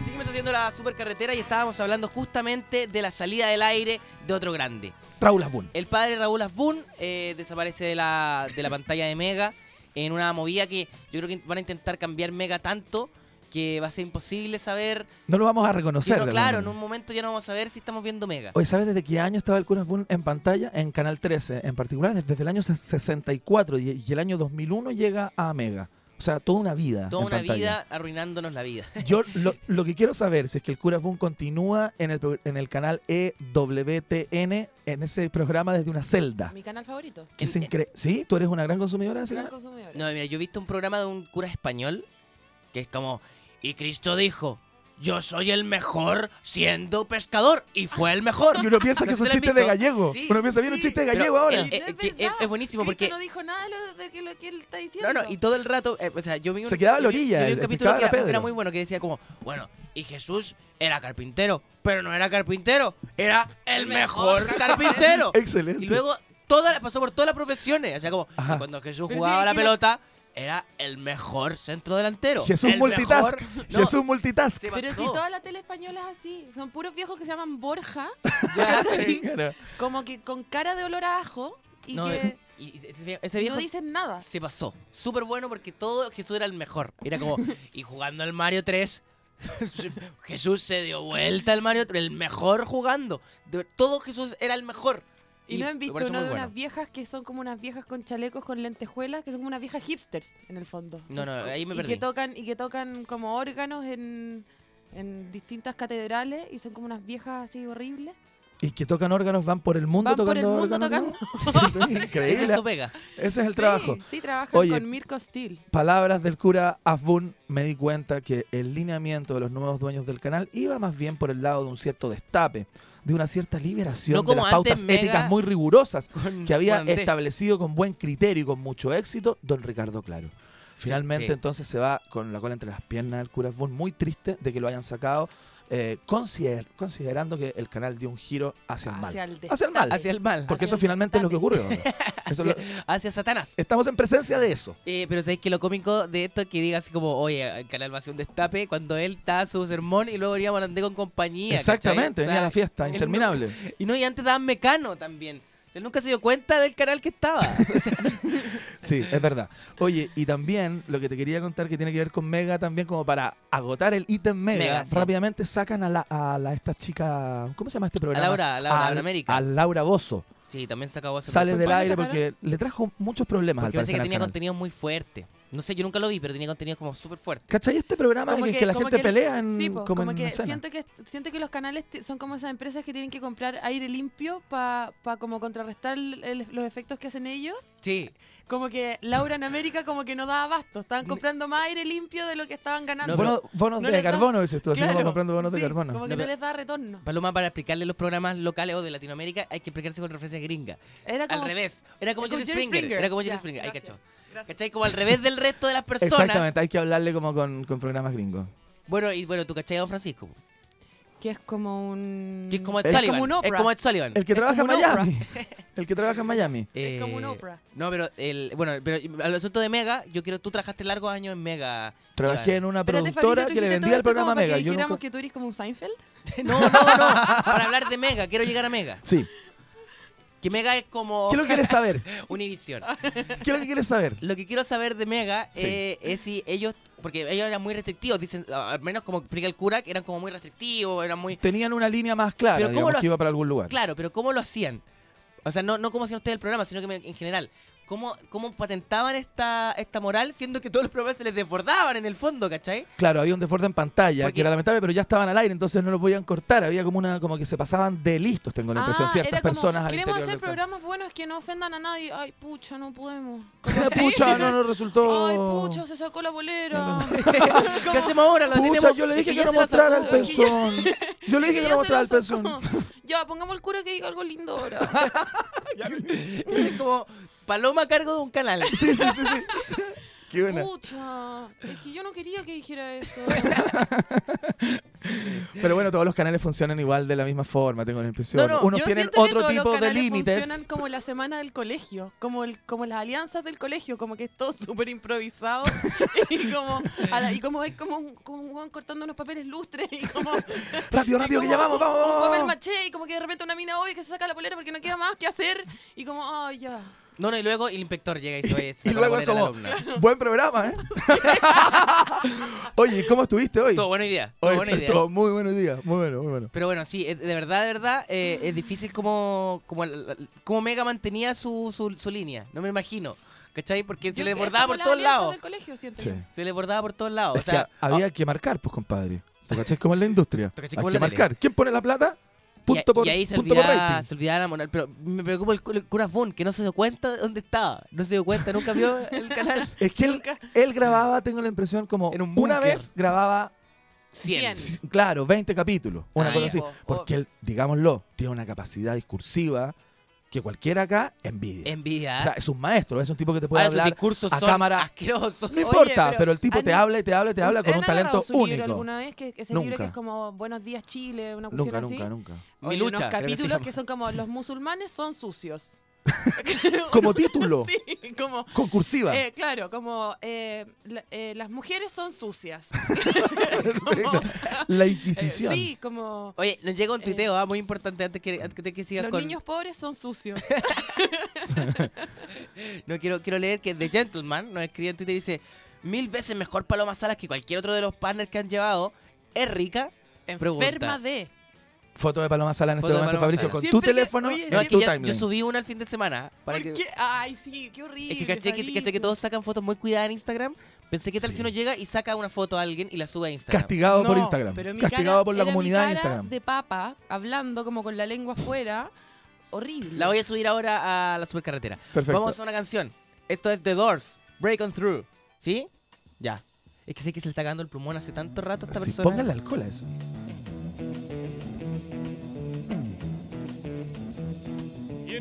Seguimos haciendo la supercarretera y estábamos hablando justamente de la salida del aire de otro grande. Raúl Asbun. El padre Raúl Asbun eh, desaparece de la, de la pantalla de Mega en una movida que yo creo que van a intentar cambiar Mega tanto que va a ser imposible saber. No lo vamos a Sí, reconocer. no, de claro, en alguna un momento ya no vamos a ver si estamos viendo Mega. Oye, ¿sabes desde qué año estaba el Cura Asbun en pantalla? En Canal 13, en particular desde el año 64 y, y el año 2001 llega a Mega. O sea, toda una vida. Toda en una pantalla. vida arruinándonos la vida. Yo lo, lo que quiero saber si es que el Cura Boom continúa en el, pro- en el canal E EWTN, en ese programa desde una celda. Mi canal favorito. Que es incre- ¿Sí? ¿Tú eres una gran consumidora de ese Gran canal? consumidora. No, mira, yo he visto un programa de un cura español que es como, y Cristo dijo, yo soy el mejor siendo pescador, y fue el mejor. Y uno piensa No que es sé un si lo han chiste de visto. gallego. Sí, uno piensa, viene un chiste de pero gallego ahora. el- eh, que es, es buenísimo Cristo porque... no dijo nada de lo, de que lo que él está diciendo. No, no, y todo el rato, eh, o sea, yo vi un, Se quedaba a la yo vi- orilla, yo vi un el- capítulo pescaba que la era, que Pedro. era muy bueno, que decía como, bueno, y Jesús era carpintero, pero no era carpintero, era el mejor carpintero. Excelente. Y luego toda la- pasó por todas las profesiones. O sea, como Ajá. cuando Jesús Pero jugaba tiene la que- pelota, era el mejor centro delantero. Jesús el multitask. mejor- No, Jesús multitask. se Pero pasó. si toda la tele española es así, son puros viejos que se llaman Borja, Claro. como que con cara de olor a ajo y No, que y- y ese vie- ese viejo no dicen nada. se pasó. Súper bueno porque todo Jesús era el mejor. Era como, y jugando al Mario 3, Jesús se dio vuelta al Mario 3, el mejor jugando. De- todo Jesús era el mejor. Y no han me visto parece uno de muy bueno. unas viejas que son como unas viejas con chalecos, con lentejuelas, que son como unas viejas hipsters en el fondo. No, no, ahí me y perdí. que tocan y que tocan como órganos en, en distintas catedrales y son como unas viejas así horribles. Y que tocan órganos, van por el mundo Van tocando por el mundo órganos. Ese es Increíble. su pega. Ese es el trabajo. Sí, sí, trabajan Oye. con Mirko Steele. Palabras del cura Afun, me di cuenta que el lineamiento de los nuevos dueños del canal iba más bien por el lado de un cierto destape, de una cierta liberación No de como las antes, pautas Mega- éticas muy rigurosas Con- que había con Andrés. establecido con buen criterio y con mucho éxito don Ricardo Claro. Finalmente sí. entonces se va con la cola entre las piernas el cura Afun, muy triste de que lo hayan sacado, eh, consider- considerando que el canal dio un giro hacia el mal. Hacia el Hacia el mal. destape. Hacia el mal. Porque hacia eso el finalmente es lo que ocurre. Eso es lo- Hacia Satanás. estamos en presencia de eso. Eh, pero sabéis que lo cómico de esto es que diga así como, oye, el canal va a ser un destape cuando él da su sermón y luego iríamos a Andé con compañía. ¿cachai? Exactamente, O sea, venía la fiesta, él no- interminable. Y no, y antes daban mecano también. Él nunca se dio cuenta del canal que estaba. O sea, Sí, es verdad. Oye, y también lo que te quería contar que tiene que ver con Mega también, como para agotar el ítem Mega, Mega, sí. rápidamente sacan a la, a la- esta chica, ¿cómo se llama este programa? Laura- a Laura Al- en América. A Laura Bozo. sí, también se acabó hace Sale poco. del ¿Por qué aire porque sacaron? le trajo muchos problemas al Porque parece parecer que al tenía canal. contenido muy fuerte. No sé, yo nunca lo vi, pero tenía contenido como súper fuerte. ¿Cachai este programa en Como el que, la como gente que- pelea en, sí, po, como en que escena? siento que siento que los canales ti- son como esas empresas que tienen que comprar aire limpio para como contrarrestar el- el- los efectos que hacen ellos Sí. como que Laura en América como que no daba abasto estaban comprando más aire limpio de lo que estaban ganando No, Bono- bonos no de les da- carbono, dices tú, así como Claro, comprando bonos de sí, carbono. como que No, no, pero- les da retorno Paloma, para explicarle los programas locales o de Latinoamérica, hay que explicarse con referencias gringas. era como Al revés. Era como como Jerry Jerry Springer. Springer. Era como Jerry Ya, Springer. Ahí gracias. cachó. ¿Cachai? Como al revés del resto de las personas. Exactamente, hay que hablarle como con, con programas gringos. Bueno, y bueno, tú cachai a Don Francisco. que es como un Que es como Ed Mm. es Sullivan. como un es Oprah como Ed Sullivan. El que Es trabaja en como un Oprah. Miami. El que trabaja en Miami. Es como un Eh, Oprah. No, pero el, bueno, pero al asunto de Mega, yo quiero, tú trabajaste largos años en Mega. Trabajé en una Espérate, productora Fabricio, ¿tú que le hiciste vendía todo el esto como programa para Mega. que Yo dijéramos nunca- que tú eres como un Seinfeld No, no, no. Para hablar de Mega, quiero llegar a Mega. Sí. Que Mega es Oh. como ¿Qué es lo que quieres saber? Univision. ¿Qué es lo que quieres saber? Lo que quiero saber de Mega Sí. eh, es si ellos, porque ellos eran muy restrictivos, dicen, a- al menos como explica el cura, que eran como muy restrictivos, eran muy... Tenían una línea más clara, Pero ¿cómo digamos, lo que hace- iba para algún lugar. Claro, pero ¿cómo lo hacían? O sea, no, no cómo hacían ustedes el programa, sino que me- en general. ¿Cómo, cómo patentaban esta, esta moral siendo que todos los programas se les desbordaban en el fondo, ¿cachai? Claro, había un desorden en pantalla, Porque- que era lamentable, pero ya estaban al aire, entonces no lo podían cortar. Había como una, como que se pasaban de listos, tengo la impresión, Ah, ciertas era como, personas al queremos interior del hacer canal. programas buenos que no ofendan a nadie ay pucha no podemos Pucha, no nos resultó. Ay, pucha, se sacó la bolera. ¿Qué hacemos ahora? ¿Lo Pucha, detenemos? yo le Es dije que ya no se la mostrara el sacó. Es que ya- pezón. Yo le dije que no mostrara el pezón. Ya, pongamos el cura que diga algo lindo ahora. Es como paloma a cargo de un canal. Sí, sí, sí, sí. Qué buena. Pucha, es que yo no quería que dijera eso. Pero bueno, todos los canales funcionan igual de la misma forma, tengo la impresión. No, no, Unos yo tienen siento que otro todos los tipo de canales límites. Funcionan como la semana del colegio, como el, como las alianzas del colegio, como que es todo súper improvisado y como a la- y como hay como un, como un weón cortando unos papeles lustres y como Rápido, rápido, que llamamos, vamos, un vamos. papel vamos. maché y como que de repente una mina hoy que se saca la polera porque no queda más que hacer y como ay ya. No, no, y luego el inspector llega y dice, oye, se Y sacó la luego es polera la como, alumna. buen programa, ¿eh? Oye, ¿cómo estuviste hoy? Todo buena idea, todo Oye, buena idea. estuvo muy buenos días, muy bueno, muy bueno. Pero bueno, sí, eh, de verdad, de verdad, eh, es difícil como, como, el- como Mega mantenía su, su, su línea. No me imagino. ¿Cachai? Porque se Yo- le es bordaba como por las todos alianzas lados. del colegio, siento Sí. yo. Se le bordaba por todos lados. O Es que sea, ah, había que marcar, pues, compadre. ¿Tú cachás cómo es la industria? ¿Tú cachás Hay cómo que es la tele? marcar. ¿Quién pone la plata? Punto y, a- por y ahí se punto por olvidaba, rating. se olvidaba la moral. Pero me preocupa el, cu- el cura Fun, que no se dio cuenta de dónde estaba. No se dio cuenta, nunca vio el canal. Es que él, él grababa, tengo la impresión, como una búnker. vez grababa, 100. claro, 20 capítulos. Una Ah, cosa ya. así. O- o- Porque él, digámoslo, tiene una capacidad discursiva que cualquiera acá envidia. Envidia. O sea, es un maestro, es un tipo que te puede Ahora sus hablar discursos a son cámara. asquerosos. No Oye, importa, pero pero, el tipo te han- habla y te habla y te habla con ¿Han un agarrado talento su libro único. alguna vez? Que, ese libro que Nunca. es como Buenos días Chile, una cuestión Nunca, así. nunca, nunca. Oye, Mi lucha, unos creo que se capítulos llama. que son como los musulmanes son sucios. Como título, Sí, como concursiva. Eh, claro, como eh, la- eh, las mujeres son sucias. eh, la Inquisición. Eh, sí, como Oye, nos llega un tuiteo, ah, muy importante antes que, antes que- que sigas los con. Eh, niños pobres son sucios. No quiero, quiero leer que The Gentleman nos escribe en Twitter y dice: Mil veces mejor Paloma Salas que cualquier otro de los partners que han llevado. Es rica. Pregunta. Enferma de. Foto de Paloma Sala en Foto este de Paloma momento, Fabricio, Sala. con tu Siempre que- teléfono oye, y No, en es que tu ya- yo timeline. subí una al fin de semana. Para que, ¿Qué? Ay, sí, qué horrible. es que caché, que, Fabricio. caché que todos sacan fotos muy cuidadas en Instagram. Pensé que tal Sí. si uno llega y saca una foto a alguien y la sube a Instagram. Castigado por No, Instagram. pero mi Castigado cara- por la era mi comunidad de cara Instagram. De papa, hablando como con la lengua afuera. Horrible. La voy a subir ahora a la supercarretera. Perfecto. Vamos a una canción. Esto es The Doors, Break On Through. ¿Sí? Ya. Es que sé que se le está cagando el plumón hace tanto rato a esta Sí, persona. pónganle alcohol a eso. You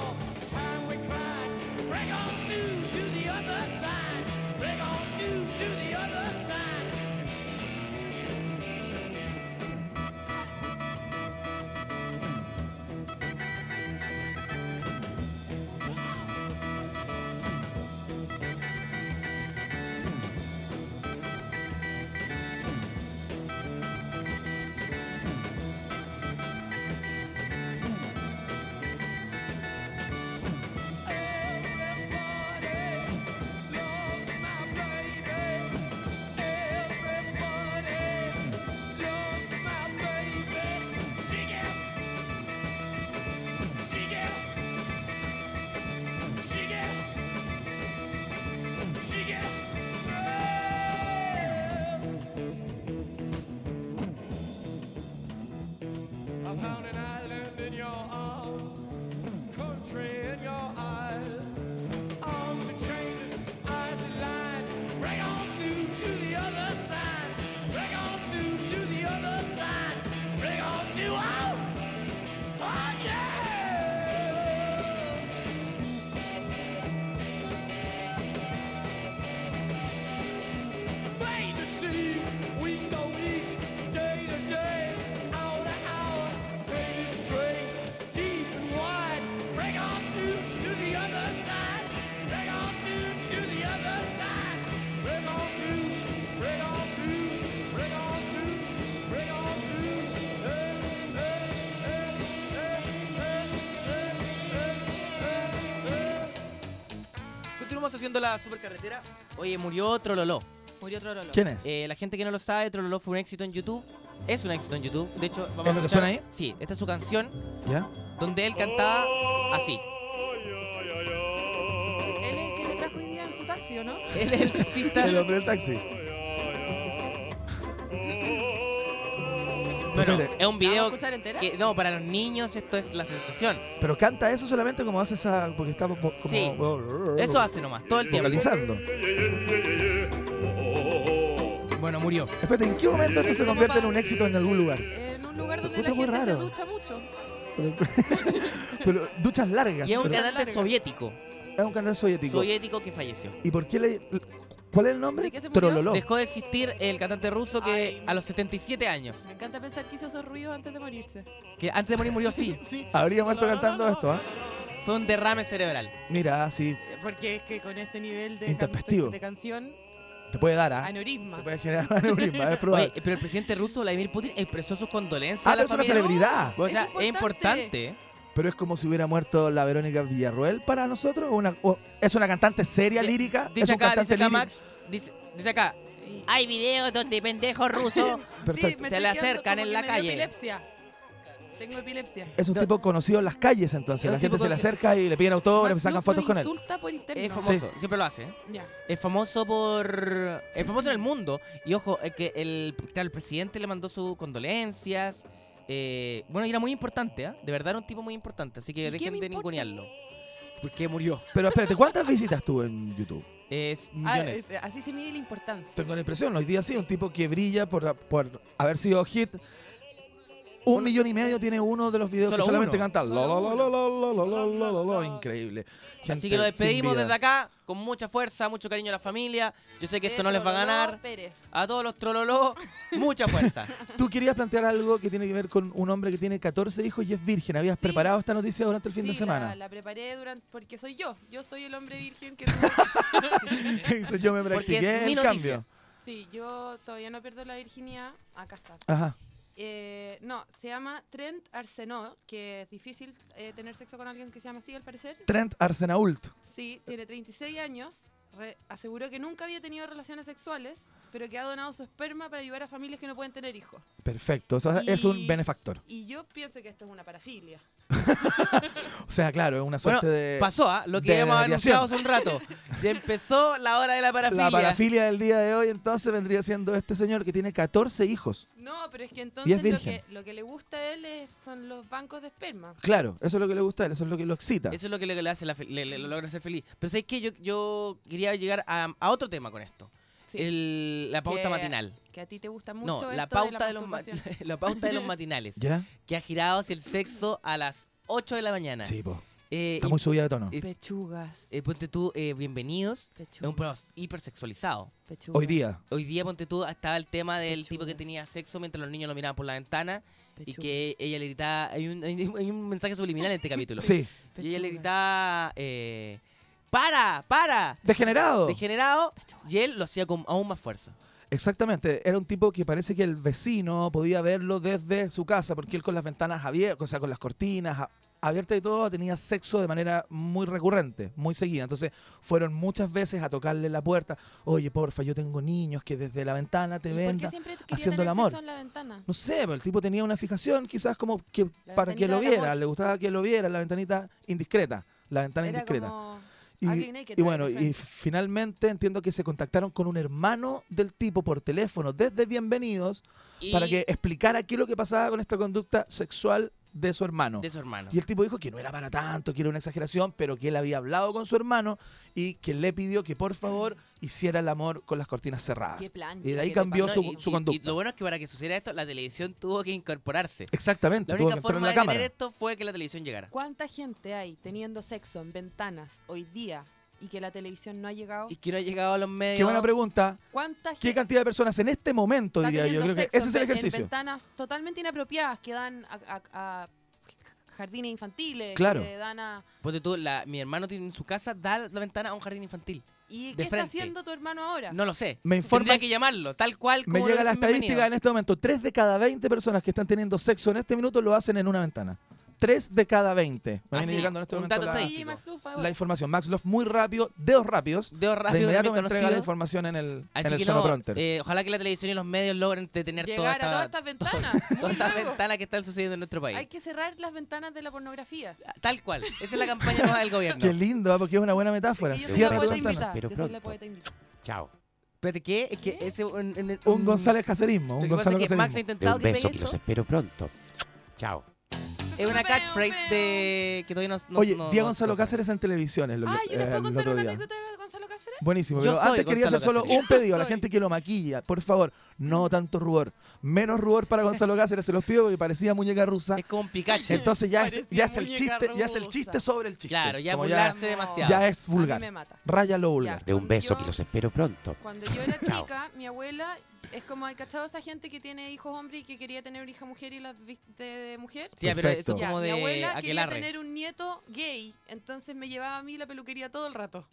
the time we cried? Break on through to the other side. Break on through to the other side. I found an island in your arms, country in your eyes. Arms and chains, eyes and line. Break on through to the other side. Break on through to the other side. Break on through out. Oh yeah! Bay to sea, week to week, day to day, hour to hour, pain is straight, deep and wide. Break on through to the other side. Break on through to the other side. Break on through, break on through, break on through, break on through. Hey, hey, hey, hey, hey, hey, hey, hey, hey. Continuamos haciendo la supercarretera. Oye, murió Trololó. Murió Trololo. ¿Quién es? Eh, la gente que no lo sabe, Trololó fue un éxito en YouTube. Es un éxito en YouTube. De hecho, vamos ¿Es lo que escuchar- suena ahí? Sí, esta es su canción ¿Ya? donde él cantaba así. Oh. Él es el que le trajo hoy día en su taxi, ¿o no? Él es el taxista, El hombre del taxi. pero Mire. es un ¿La video vamos a escuchar entera? que no, para los niños esto es la sensación. Pero canta eso solamente como hace esa. Porque está como. Sí. Eso hace nomás, todo el tiempo. Vocalizando. Bueno, murió. Espérate, ¿en qué momento esto se Como convierte en pa- un éxito en algún lugar? En un lugar Lo donde la encuentro muy gente se raro. ducha mucho. Pero, pero duchas largas. Y es un pero- cantante soviético. es un cantante soviético. Soviético que falleció. ¿Y por qué le.? ¿Cuál es el nombre? ¿De qué se murió? Trololó. Dejó de existir el cantante ruso que Ay. a los 77 años, Me encanta pensar que hizo esos ruidos antes de morirse. que antes de morir murió así, Sí, Habría muerto cantando esto, ¿ah? fue un derrame cerebral. Mira, sí. porque es que con este nivel de, Intempestivo. de canción Te puede dar, ¿ah? Aneurisma. Te puede generar un aneurisma, es probable. Oye, pero el presidente ruso, Vladimir Putin, expresó sus condolencias Ah, a la pero es una familia. celebridad. O sea, es importante. Pero es como si hubiera muerto la Verónica Villarroel para nosotros. Una, o- es una cantante seria, lírica. es Dice un acá, dice cantante acá lírico. Max, dice, dice acá, hay videos donde pendejos rusos Perfecto. se le acercan en la calle. Epilepsia. Tengo epilepsia. Es un tipo conocido en las calles, entonces. Es La un gente tipo se le conocido. acerca y le piden autógrafos, Max sacan Lux fotos nos con él. insulta por internet. Es famoso, siempre lo hace. ¿eh? Ya. Es famoso por. Es famoso en el mundo. Y ojo, es que el, claro, el presidente le mandó sus condolencias. eh, bueno, y era muy importante, ¿ah? De verdad era un tipo muy importante. Así que qué dejen me de importa? ningunearlo. Porque murió. Pero espérate, ¿cuántas visitas tuvo en YouTube? Es Ah, millones. es- así se mide la importancia. Tengo la impresión, hoy día sí, un tipo que brilla por, por haber sido hit. Un millón y medio tiene uno de los videos Solo que solamente uno. canta. Lo, lo, lo, lo, lo, lo, lo, lo, lo, Increíble. Así que lo despedimos desde acá con mucha fuerza, mucho cariño a la familia. Yo sé que esto no les va a ganar. Ah, A todos los trololó, mucha fuerza. Tú querías plantear algo que tiene que ver con un hombre que tiene 14 hijos y es virgen. ¿Habías preparado esta noticia durante el fin de Sí, semana? La, la preparé durante porque soy yo. Yo soy el hombre virgen que tuvo- Entonces Yo me Porque practiqué es el mi noticia. cambio. Sí, yo todavía no pierdo la virginidad. Acá está. Ajá. Eh, no, se llama Trent Arsenault, que es difícil eh, tener sexo con alguien que se llama así, al parecer. Trent Arsenault. Sí, tiene 36 años. re- aseguró que nunca había tenido relaciones sexuales, pero que ha donado su esperma para ayudar a familias que no pueden tener hijos. Perfecto. O sea, es Y- un benefactor. Y yo pienso que esto es una parafilia. O sea, claro, es una Bueno, suerte de. pasó, ¿ah? Lo que de habíamos denegación. anunciado hace un rato. Ya empezó la hora de la parafilia. La parafilia del día de hoy entonces vendría siendo este señor que tiene 14 hijos. No, pero es que entonces lo virgen. que, lo que le gusta a él es- son los bancos de esperma. Claro, eso es lo que le gusta a él, eso es lo que lo excita. Eso es lo que le, le hace la fe- le, le- lo logra hacer feliz. Pero ¿sabes qué? Yo, yo quería llegar a, a otro tema con esto. Sí. El- la pauta Que- matinal. Que a ti te gusta mucho No, la esto de pauta de, los ma- masturbación. la pauta de los matinales. ¿Ya? Que ha girado hacia el sexo a las 8 de la mañana. Sí, po. Eh, Está y- muy subida de tono. eh, Pechugas. eh, ponte tú, eh, bienvenidos. Es un programa hipersexualizado. Pechugas. Hoy día. Hoy día, ponte tú, estaba el tema del tipo que tenía sexo mientras los niños lo miraban por la ventana y que ella le gritaba. Hay un, hay un- hay un mensaje subliminal en este capítulo. Sí. Y ella le gritaba. eh, ¡Para! ¡Para! Degenerado. Degenerado. Y él lo hacía con aún más fuerza. Exactamente, era un tipo que parece que el vecino podía verlo desde su casa, porque él con las ventanas abiertas, o sea, con las cortinas a- abiertas y todo, tenía sexo de manera muy recurrente, muy seguida. Entonces fueron muchas veces a tocarle la puerta, oye, porfa, yo tengo niños que desde la ventana te ¿Y por ven qué siempre quería haciendo tener el amor. sexo en la ventana? No sé, pero el tipo tenía una fijación quizás como que La para que ventanita lo del viera, amor. le gustaba que lo viera, la ventanita indiscreta, la ventana Era indiscreta. como Y, Ugly Naked, y Ugly bueno, y Friend. finalmente entiendo que se contactaron con un hermano del tipo por teléfono desde Bienvenidos Y- para que explicara qué es lo que pasaba con esta conducta sexual de su hermano. De su hermano. Y el tipo dijo que no era para tanto, que era una exageración, pero que él había hablado con su hermano y que le pidió que por favor hiciera el amor con las cortinas cerradas. Ah. Qué plancha, y de ahí qué cambió No, su, y- su y- conducta. Y lo bueno es que para que sucediera esto, la televisión tuvo que incorporarse. Exactamente, La tuvo que única entrar en forma la de cámara. tener esto fue que la televisión llegara. ¿Cuánta gente hay teniendo sexo en ventanas hoy día y que la televisión no ha llegado? Y que no ha llegado a los medios. Qué buena pregunta. ¿Cuánta ¿Qué gente cantidad de personas en este momento, está diría yo? teniendo Creo que sexo ese es el en- En ejercicio. ventanas totalmente inapropiadas que dan a, a- a jardines infantiles, Claro. que dan a... Ponte tú, la- mi hermano tiene en su casa, da la ventana a un jardín infantil. ¿Y De qué frente. está haciendo tu hermano ahora? No lo sé. Me informan- Tendría que llamarlo, tal cual como Me lo llega la hizo Bienvenido. estadística en este momento. Tres de cada 20 personas que están teniendo sexo en este minuto lo hacen en una ventana. Tres de cada 20. Me Ah, viene sí, llegando en este un momento dato la, estadístico. Sí, Max Luff, la información. Max Love muy rápido, dedos rápidos. Dedos rápidos, De inmediato también me entrega conocido. la información en el, Así en el que Sono no, Prompter. eh, ojalá que la televisión y los medios logren detener toda Llegar a todas esta, estas ventanas. todas estas ventanas que están sucediendo en nuestro país. Hay que cerrar las ventanas de la pornografía. Tal cual. Esa es la campaña nueva del gobierno. Qué lindo, ¿eh? porque es una buena metáfora. Y yo soy Cierra la tu poeta ventana. invitada. Pero Yo soy la pronto. poeta invitada. Chao. Espérate, ¿qué? Es que ese... Un, un- Un González Cacerismo. Lo Un que pasa Gonzalo es que Max ha Cacerismo. intentado que pegue esto. espero pronto. Chao. Es una catchphrase de... que todavía no... no- Oye, no- vi a no- Gonzalo no sé. Cáceres en televisión el, Ah, yo les eh, puedo el contar otro una día. anécdota de Gonzalo Cáceres. Buenísimo, Yo pero soy antes quería Gonzalo hacer solo Cáceres. un pedido a la gente que lo maquilla. Por favor, no tanto rubor. Menos rubor para Gonzalo Cáceres, se los pido porque parecía muñeca rusa. Es como un Pikachu. Entonces ya, es, Parecía ya es el muñeca chiste, ya es el rusa. chiste sobre el chiste. Claro, ya Como burlarse demasiado. Ya es Ah, A mí vulgar. me mata. Raya lo vulgar. De un beso que los espero pronto. Cuando yo era Chao. chica, mi abuela es como hay cachado esa gente que tiene hijos hombre y que quería tener una hija mujer y las viste de mujer. Sí, pero eso Perfecto. como de mi abuela quería aquelarre. tener un nieto gay, entonces me llevaba a mí la peluquería todo el rato.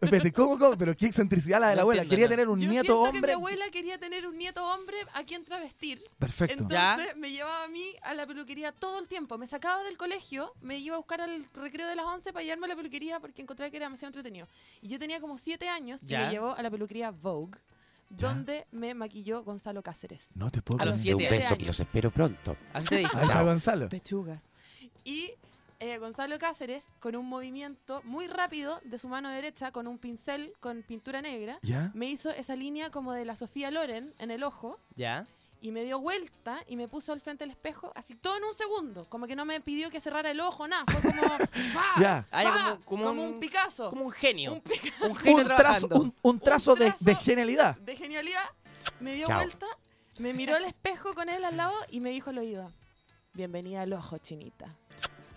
Espérate, ¿Cómo ¿Cómo, cómo? Pero qué excentricidad la de No la abuela. entiendo Quería nada. tener un Yo nieto siento que mi hombre. abuela quería tener un nieto hombre a quien travestir. Perfecto. Ya. Entonces me llevaba a mí a la peluquería todo el tiempo. Me sacaba del colegio, me iba a buscar al recreo de las 11 para llevarme a la peluquería porque encontraba que era demasiado entretenido. Y yo tenía como 7 años y Ya. me llevó a la peluquería Vogue, Ya. donde me maquilló Gonzalo Cáceres. No te puedo A los siete Un años. beso y los espero pronto. Así te dije. Ahí está Chao. Gonzalo. Pechugas. Y eh, Gonzalo Cáceres, con un movimiento muy rápido de su mano derecha, con un pincel con pintura negra, Ya. me hizo esa línea como de la Sofía Loren en el ojo. ¿Ya? Y me dio vuelta y me puso al frente del espejo, así todo en un segundo. Como que no me pidió que cerrara el ojo, nada. Fue como. ¡fa! Ya. ¡fa! Ah, ya, como, como- como un, un- Picasso. Como un genio. Un, Pica- Un Un trazo, un, un trazo de, de genialidad. de genialidad. Me dio Chao. vuelta, me miró al espejo con él al lado y me dijo al oído: Bienvenida al ojo, chinita.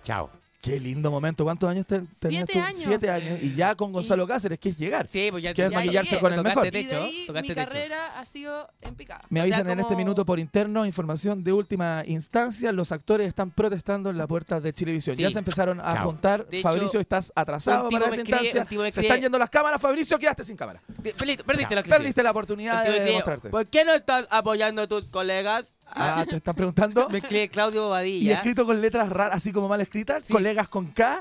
Chao. Qué lindo momento. ¿Cuántos años te- tenías Siete tú? años. Siete años. Y ya con Gonzalo Cáceres, que es llegar. Sí, pues ya- Que es ya maquillarse llegué. con el Tocaste mejor. Y de Techo, ahí mi tocaste techo. carrera ha sido en picada. Me O sea, avisan en este como- minuto por interno, información de última instancia. Los actores están protestando en la puerta de Chilevisión. Sí. Ya se empezaron a Chao. juntar. De hecho, Fabricio, estás atrasado un tipo para me esa escribe- instancia. un tipo me Se escribe- están yendo las cámaras, Fabricio, quedaste sin cámara. Pe- Perdiste, perdiste Chao. la exclusiva. Perdiste la oportunidad El tío de Diego, demostrarte. ¿Por qué no estás apoyando a tus colegas? Ah, te están preguntando. Me escribe Claudio Y Bobadilla. escrito con letras raras, así como mal escritas. Colegas con K.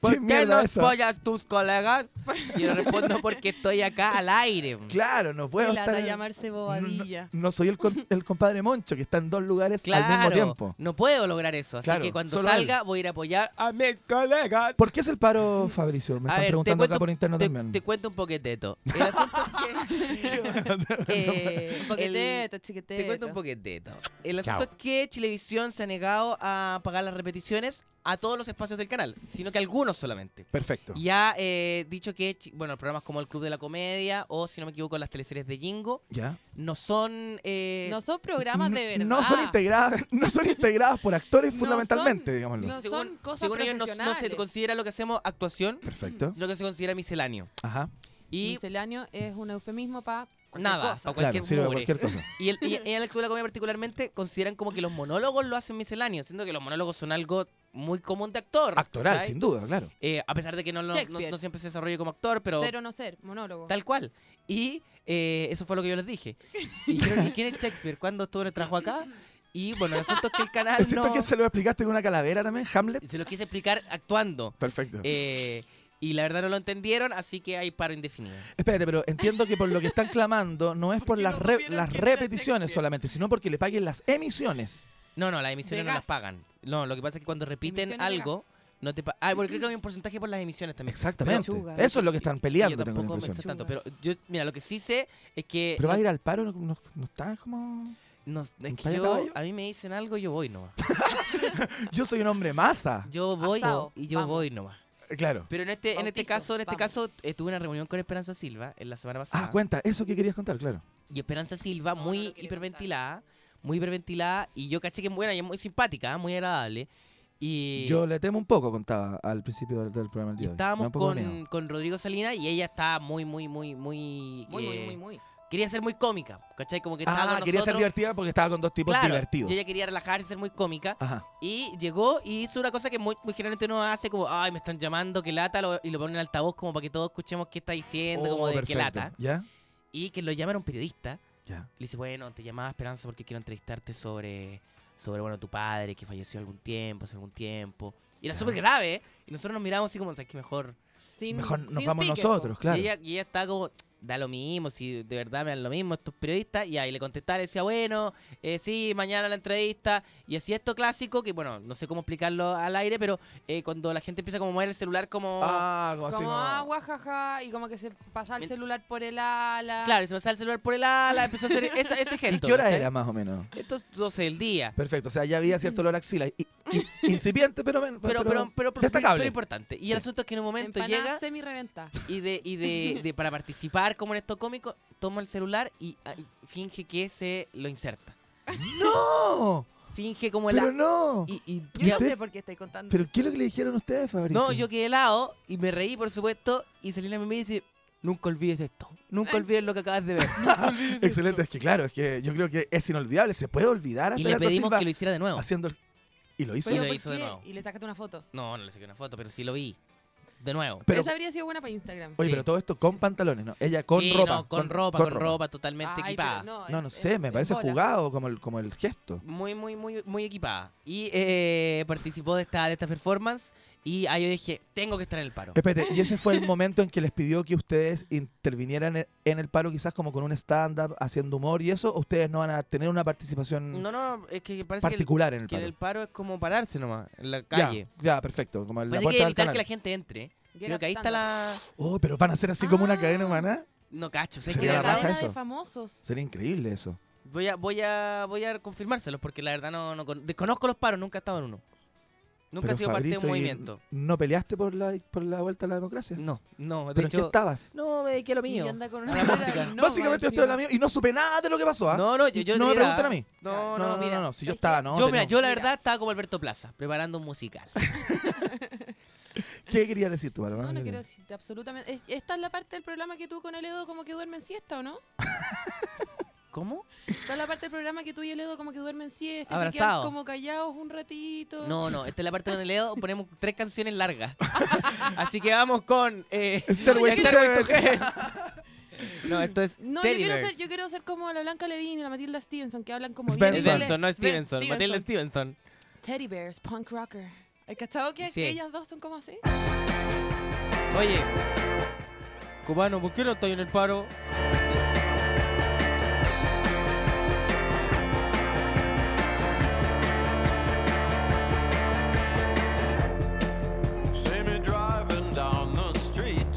¿Por ¿Qué qué mierda no eso? apoyas tus colegas? Y yo respondo porque estoy acá al aire. Claro, no puedo Me lata estar... Mm, llamarse bobadilla. No soy el, con- el compadre Moncho, que está en dos lugares Claro, al mismo tiempo. no puedo lograr eso. Así Claro, que cuando solo él. salga voy a ir a apoyar a mis colegas. ¿Por qué es el paro, Fabricio? Me Ah, A están ver, te preguntando cuento- acá por interno te, también. te cuento un poqueteto. El asunto es que... Eh, Un poqueteto, chiqueteto. Te cuento un poqueteto. El Chao. asunto es que Chilevisión se ha negado a pagar las repeticiones a todos los espacios del canal, sino que algunos solamente. Perfecto. Y ha eh, dicho que, chi- bueno, programas como El Club de la Comedia o, si no me equivoco, las teleseries de Jingo ¿Ya? no son... eh, No son programas de verdad. No son integradas, no son integradas por actores fundamentalmente, digámoslo. no son cosas según ellos no- no, se profesionales. considera lo que hacemos actuación, Perfecto. sino que se considera misceláneo. Ajá. Y Misceláneo es un eufemismo para nada, cosa. pa' cualquier Claro, sirve para mugre. cualquier cosa. Y, el, y en el Club de la Comedia particularmente consideran como que los monólogos lo hacen misceláneo, siendo que los monólogos son algo muy común de actor. Actoral, ¿cachai? sin duda, claro. Eh, a pesar de que no, lo- no- Shakespeare. no siempre se desarrolla como actor, pero Ser o no ser, monólogo. tal cual. Y eh, eso fue lo que yo les dije. Y dijeron, ¿y quién es Shakespeare? ¿Cuándo estuvo en el trabajo acá? Y bueno, el asunto es que el canal Es cierto Ah, no... que se lo explicaste con una calavera también, Hamlet. Se lo quise explicar actuando. Perfecto. Eh, y la verdad no lo entendieron, así que hay paro indefinido. Espérate, pero entiendo que por lo que están clamando no es por las, re- las repeticiones solamente, sino porque le paguen las emisiones. No, no, las emisiones De no las gas. pagan. No, lo que pasa es que cuando repiten Emisiones de algo, no te pagan. Ah, porque creo que hay un porcentaje por las emisiones también. Exactamente. Pero- Eso es lo que están peleando, yo tengo la tampoco me impresión. sé tanto, pero yo, mira, lo que sí sé es que. Pero va a no- ir al paro, no, no- no está como. no- es ¿Vaya que yo, caballo? a mí me dicen algo, yo voy nomás. Yo soy un hombre masa. Yo voy Asado, y yo voy nomás. Claro. Pero en este, en este Bautizo, caso, en este vamos. caso, eh, tuve una reunión con Esperanza Silva en la semana pasada. Ah, cuenta, eso que querías contar, claro. Y Esperanza Silva, muy hiperventilada, muy hiperventilada. Y yo caché que es buena y es muy simpática, ¿eh? muy agradable. Y Yo le temo un poco, contaba al principio del, del programa el día de hoy. Me da estábamos un poco de miedo. con, con Rodrigo Salinas y ella estaba muy, muy, muy, muy. Muy, muy, eh, muy, muy. Quería ser muy cómica, ¿cachai? Como que estaba Ah, con quería ser nosotros. divertida porque estaba con dos tipos Claro, divertidos. Y ella quería relajar y ser muy cómica. Ajá. Y llegó y hizo una cosa que muy, muy generalmente uno hace, como, ay, me están llamando, que lata, lo- y lo ponen en altavoz como para que todos escuchemos qué está diciendo, como Oh, de qué perfecto. lata. ¿Ya? Y que lo llamaron un periodista. Ya. Le dice, bueno, te llamaba Esperanza porque quiero entrevistarte sobre, sobre bueno, tu padre que falleció algún tiempo, hace algún tiempo. Y era Ya. súper grave. ¿eh? Y nosotros nos miramos así como, ¿sabes qué? Mejor... Sin- Mejor nos sin vamos speaker, nosotros, po. claro. Y ella, y ella estaba como, da lo mismo, si de verdad me dan lo mismo estos periodistas. Y ahí le contestaba, le decía, bueno, eh, sí, mañana la entrevista. Y así esto clásico, que bueno, no sé cómo explicarlo al aire, pero eh, cuando la gente empieza como a mover el celular como... Ah, como así Como como- agua, jaja, y como que se pasa el celular por el ala. Claro, y se pasaba el celular por el ala, empezó a hacer esa- ese ¿Y gesto. qué hora ¿cachai? era más o menos? Esto es 12 del día. Perfecto, o sea, ya había cierto olor a axila. i- i- incipiente, pero, men- pero, pero, pero, pero- destacable. pero importante. Y el asunto es que en un momento Empanada llega semi-reventada. y de, y de, de- para participar como en esto cómico, toma el celular y ah, finge que se lo inserta. ¡No! Finge como el ¡Pero a- no! y, y- Yo no ¿Usted? sé por qué estoy contando. ¿Pero qué es lo que le dijeron ustedes, Fabricio? No, yo quedé helado y me reí, por supuesto, y Selena me mira y dice, nunca olvides esto, nunca olvides lo que acabas de ver. Nunca olvides esto". Excelente, es que claro, es que yo creo que es inolvidable, se puede olvidar a Y le Esperanza pedimos Silva que lo hiciera de nuevo. haciendo el- Y lo hizo. Oye, Pero lo ¿por hizo de qué? nuevo. Y le sacaste una foto. No, no le saqué una foto, pero sí lo vi. de nuevo. Pero- Esa habría sido buena para Instagram. Oye, pero todo esto con pantalones, ¿no? Ella con Sí, ropa. no, con, ropa, con, ropa, totalmente Ay, equipada. pero No, no sé, me parece bola. jugado como el, como el gesto. Muy, muy, muy, muy equipada. Y eh, participó de esta, de esta performance y ahí yo dije, tengo que estar en el paro. Espérate, y ese fue el momento en que les pidió que ustedes intervinieran en- en el paro, quizás como con un stand-up, haciendo humor y eso, ¿o ustedes no van a tener una participación. No, no, es que parece Particular que, en el que paro. es como pararse nomás, en la Ya, calle. ya, perfecto. Como en la Parece que puerta del evitar canal. que la gente entre. Bien Creo que ahí está la... Oh, pero van a ser así Ah. como una cadena humana. No cacho, sé que Sería la la verdad- raja cadena de eso. famosos. Sería increíble eso. Voy a, voy a, voy a confirmárselos porque la verdad no, no con- desconozco los paros, nunca he estado en uno. Nunca he Pero, sido parte de Fabrizio, un ¿y movimiento. ¿No peleaste por la, por la vuelta a la democracia? No, no. de ¿Pero en hecho- qué estabas? No, me dediqué a lo Y mío. anda con una A la polera música. de no, Básicamente yo Martín. estaba en la mía y no supe nada de lo que pasó, ¿ah? No, no, yo- yo No de me verdad- preguntan a mí. No, No, no, no, no, mira. no, si yo estaba, no. yo, mira, tenía- yo la verdad estaba como Alberto Plaza, preparando un musical. ¿Qué quería decir tú, Paloma? No, no quiero decirte absolutamente. es- Esta es la parte del programa que tú con el Edo como que duermen siesta, ¿o no? ¿Cómo? Esta es la parte del programa que tú y el Edo como que duermen siesta. Y se quedan Abrazado. como callados un ratito. No, no, esta es la parte donde leo, ponemos tres canciones largas. Así que vamos con... Eh, Stairway to Stairway to Heaven. Heaven. No, esto es No, yo Teddy quiero, Bears. ser, yo quiero ser como la Blanca Levine y la Matilda Stevenson, que hablan como bien Stevenson. inglés. no Ve- Stevenson, Matilda Stevenson. Teddy Bears, punk rocker. ¿Has cachado que Sí. que ellas dos son como así? Oye, cubano, ¿por qué no estoy en el paro? See me driving down the street.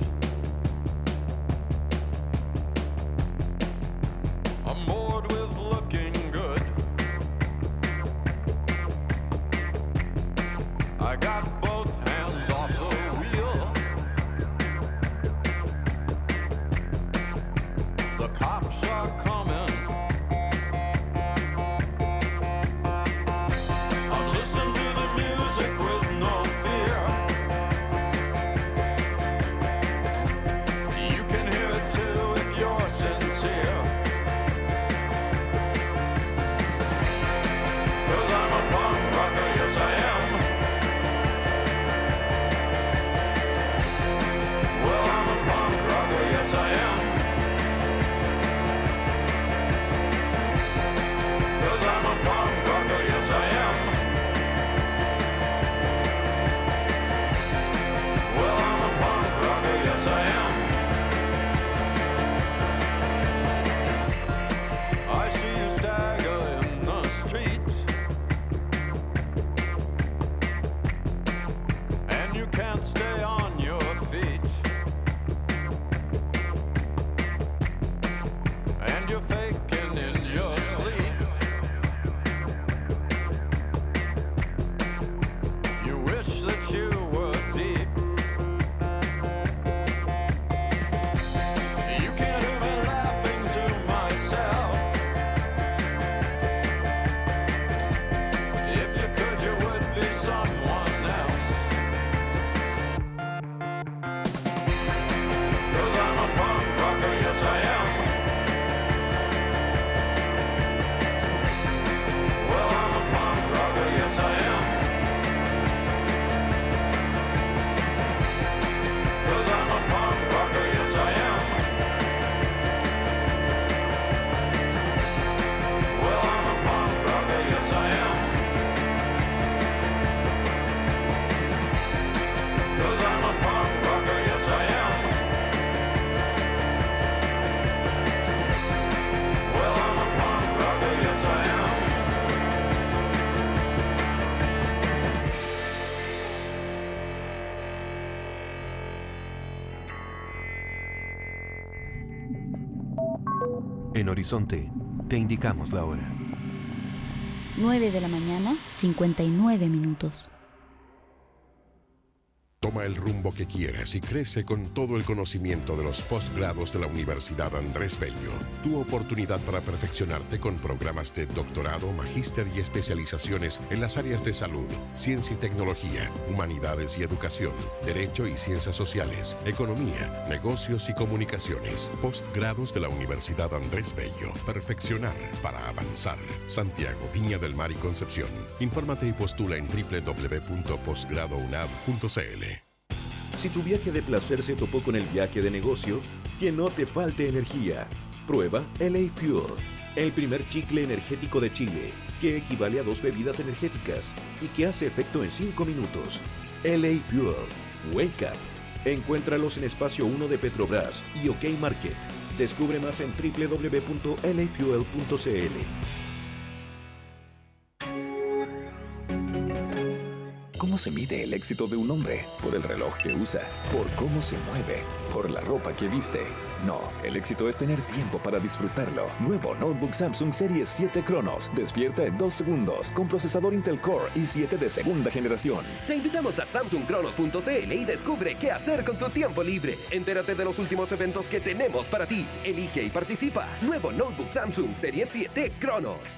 I'm bored with looking good. I got both hands off the wheel. The cops are coming. I'm listening to the music with no fear. You can hear it too if you're sincere. Cause I'm a punk rocker, yes I am. Well, I'm a punk rocker, yes I am. Cause I'm a punk rocker, yes I am. Well, I'm a punk rocker, yes I am. I see you stagger in the street. And you can't stay on your feet. And you're faking in your sleep. You wish that you were deep. You can't hear me laughing to myself. If you could, you would be someone else. Cause I'm a punk rocker, yes I am. Well, I'm a punk rocker, yes I am. Cause I'm a punk rocker, yes I am. Well, I'm a punk rocker, yes I am. Cause I'm a punk rocker, yes I am. Well, I'm a punk rocker, yes I am. En Horizonte, te indicamos la hora. 9 de la mañana, 59 minutos. Toma el rumbo que quieras y crece con todo el conocimiento de los posgrados de la Universidad Andrés Bello. Tu oportunidad para perfeccionarte con programas de doctorado, magíster y especializaciones en las áreas de salud, ciencia y tecnología, humanidades y educación, derecho y ciencias sociales, economía, negocios y comunicaciones. Postgrados de la Universidad Andrés Bello. Perfeccionar para avanzar. Santiago, Viña del Mar y Concepción. Infórmate y postula en www.postgradounab.cl. Si tu viaje de placer se topó con el viaje de negocio, que no te falte energía. Prueba LA Fuel, el primer chicle energético de Chile, que equivale a dos bebidas energéticas y que hace efecto en 5 minutos. LA Fuel, Wake Up. Encuéntralos en Espacio 1 de Petrobras y OK Market. Descubre más en www.lafuel.cl. ¿Cómo se mide el éxito de un hombre? Por el reloj que usa, por cómo se mueve, por la ropa que viste. No, el éxito es tener tiempo para disfrutarlo. Nuevo notebook Samsung Series 7 Cronos. Despierta en 2 segundos con procesador Intel Core i7 de segunda generación. Te invitamos a samsungcronos.cl y descubre qué hacer con tu tiempo libre. Entérate de los últimos eventos que tenemos para ti. Elige y participa. Nuevo notebook Samsung Serie 7 Cronos.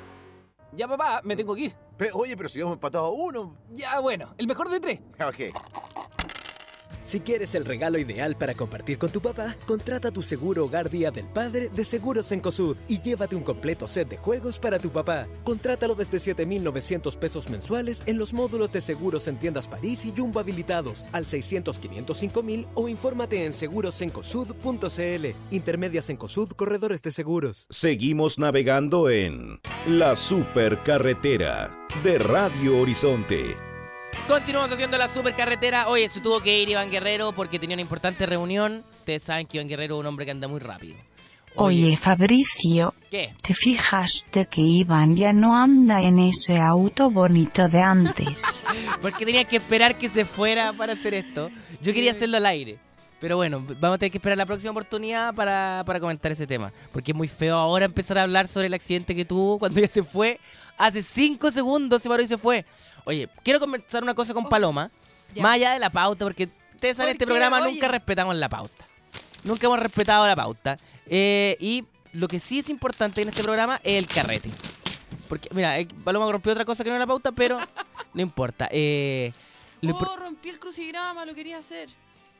Ya, papá, me tengo que ir. oye, pero si hemos empatado a uno. Ya, bueno, el mejor de tres. Ok. Si quieres el regalo ideal para compartir con tu papá, contrata tu seguro hogar Día del Padre de Seguros Encosud y llévate un completo set de juegos para tu papá. Contrátalo desde 7.900 pesos mensuales en los módulos de seguros en tiendas París y Jumbo habilitados al 600-505.000 o infórmate en segurosencosud.cl. Intermedias Encosud, corredores de seguros. Seguimos navegando en la supercarretera de Radio Horizonte. Continuamos haciendo la supercarretera. Oye, se tuvo que ir Iván Guerrero porque tenía una importante reunión. Ustedes saben que Iván Guerrero es un hombre que anda muy rápido. Oye, Fabricio, ¿Qué? ¿te fijaste que Iván ya no anda en ese auto bonito de antes? Porque tenía que esperar que se fuera para hacer esto. Yo quería hacerlo al aire. Pero bueno, vamos a tener que esperar la próxima oportunidad para, para comentar ese tema. Porque es muy feo ahora empezar a hablar sobre el accidente que tuvo cuando ya se fue. Hace cinco segundos se paró y se fue. Oye, quiero conversar una Oh. cosa con Paloma. ya. Más allá de la pauta, porque ustedes saben, en este Porque, programa oye. nunca respetamos la pauta. Nunca hemos respetado la pauta. Eh, y lo que sí es importante en este programa es el carrete. Porque, mira, eh, Paloma rompió otra cosa que no era la pauta, pero no importa. Eh, lo impor- Oh, rompí el crucigrama, lo quería hacer.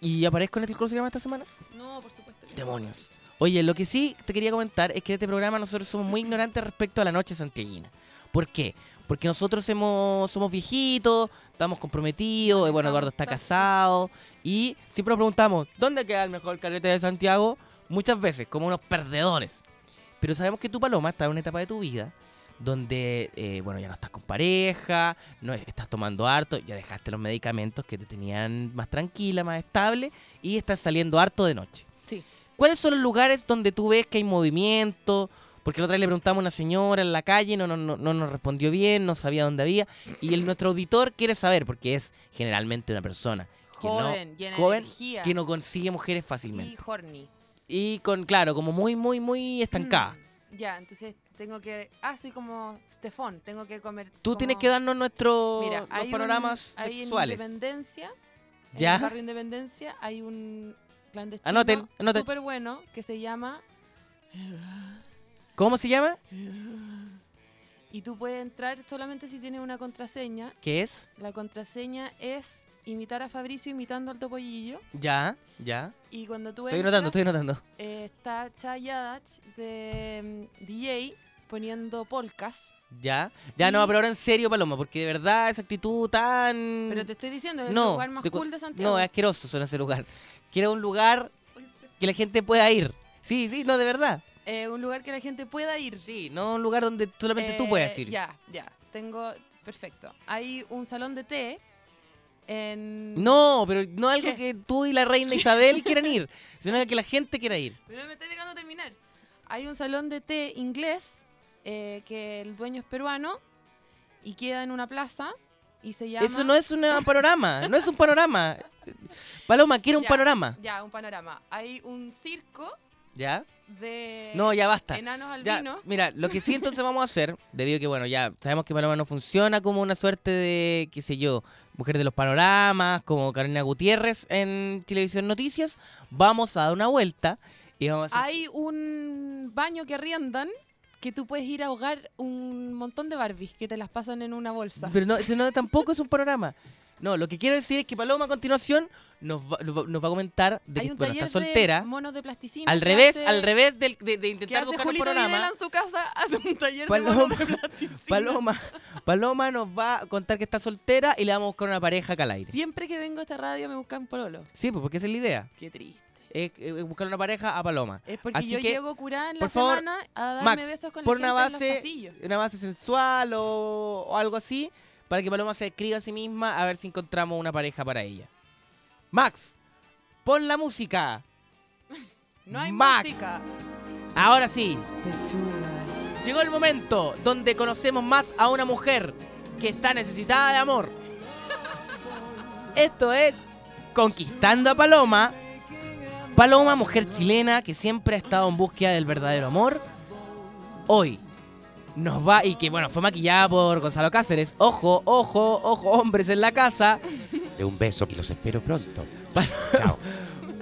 ¿Y aparezco en el crucigrama esta semana? No, por supuesto que no. Demonios. Oye, lo que sí te quería comentar es que en este programa nosotros somos muy ignorantes respecto a la noche santiaguina. ¿Por qué? Porque nosotros hemos, somos viejitos, estamos comprometidos, eh, bueno, Eduardo está casado, y siempre nos preguntamos, ¿dónde queda el mejor carrete de Santiago? Muchas veces, como unos perdedores. Pero sabemos que tú, Paloma, estás en una etapa de tu vida donde, eh, bueno, ya no estás con pareja, no es- estás tomando harto, ya dejaste los medicamentos que te tenían más tranquila, más estable, y estás saliendo harto de noche. Sí. ¿Cuáles son los lugares donde tú ves que hay movimiento? Porque la otra vez le preguntamos a una señora en la calle, no, no, no, no nos respondió bien, no sabía dónde había. Y el, nuestro auditor quiere saber, porque es generalmente una persona que no- Joven, llena de joven, energía. que no consigue mujeres fácilmente. Y horny. Y con, claro, como muy, muy, muy estancada. Mm. Ya, entonces tengo que. Ah, soy como Stefan, tengo que comer. Tú tienes que darnos nuestros Mira, hay un- panoramas hay sexuales. En Independencia. ¿Ya? En el barrio Independencia hay un clandestino. Anoten, anoten. Súper bueno que se llama. ¿Cómo se llama? Y tú puedes entrar solamente si tienes una contraseña. ¿Qué es? La contraseña es imitar a Fabricio imitando al topollillo. Ya, ya. Y cuando tú Estoy entras, notando, estoy notando. eh, está Chayadach de mm, DJ poniendo polcas. Ya. Ya, no, pero ahora en serio, Paloma, porque de verdad esa actitud tan... Pero te estoy diciendo, es el Eh, lugar más Mm. te cu- cool de Santiago. No, es asqueroso suena ese lugar. Quiero un lugar que la gente pueda ir. Sí, sí, no, de verdad. Eh, un lugar que la gente pueda ir. Eh, Sí, no un lugar donde solamente tú puedas ir. Ya, ya. Tengo. Perfecto. Hay un salón de té en. No, pero no algo que tú y la reina Isabel quieran ir, sino que la gente quiera ir. Pero no me estás dejando terminar. Hay un salón de té inglés eh, que el dueño es peruano y queda en una plaza y se llama. Eso no es un eh, panorama, no es un panorama. Paloma, quiero un Ya, panorama. Ya, un panorama. Hay un circo ¿Ya? de No, ya basta. enanos Ya, albinos. mira, lo que sí entonces vamos a hacer, debido a que, bueno, ya sabemos que Panorama no funciona como una suerte de, qué sé yo, Mujer de los Panoramas, como Carolina Gutiérrez en Televisión Noticias, vamos a dar una vuelta y vamos a hacer- Hay un baño que arriendan que tú puedes ir a ahogar un montón de Barbies que te las pasan en una bolsa. Pero no, ese no tampoco es un panorama. No, lo que quiero decir es que Paloma a continuación nos va, nos va- nos va a comentar de Hay que un bueno, taller está soltera. de monos de plasticina. Al que revés, hace- al revés del- de, de que intentar hace buscar un Julito Videla panorama. en su casa, hace un taller de Paloma, monos de plasticina. Paloma, Paloma nos va a contar que está soltera y le vamos a buscar una pareja acá al aire. Siempre que vengo a esta radio me buscan pololo. Sí, pues porque esa es la idea. Qué triste. Es, es eh, buscar una pareja a Paloma. Es porque Así yo que, llego curada en la por favor, semana a darme Max, besos con por la una gente en base, los pasillos. una base sensual o, o algo así, para que Paloma se escriba a sí misma a ver si encontramos una pareja para ella. Max, pon la música. No hay Max. música. Ahora sí. Llegó el momento donde conocemos más a una mujer que está necesitada de amor. Esto es Conquistando a Paloma. Paloma, mujer chilena que siempre ha estado en búsqueda del verdadero amor. Hoy nos va y que bueno, fue maquillada por Gonzalo Cáceres. Ojo, ojo, ojo, hombres en la casa. De un beso y los espero pronto.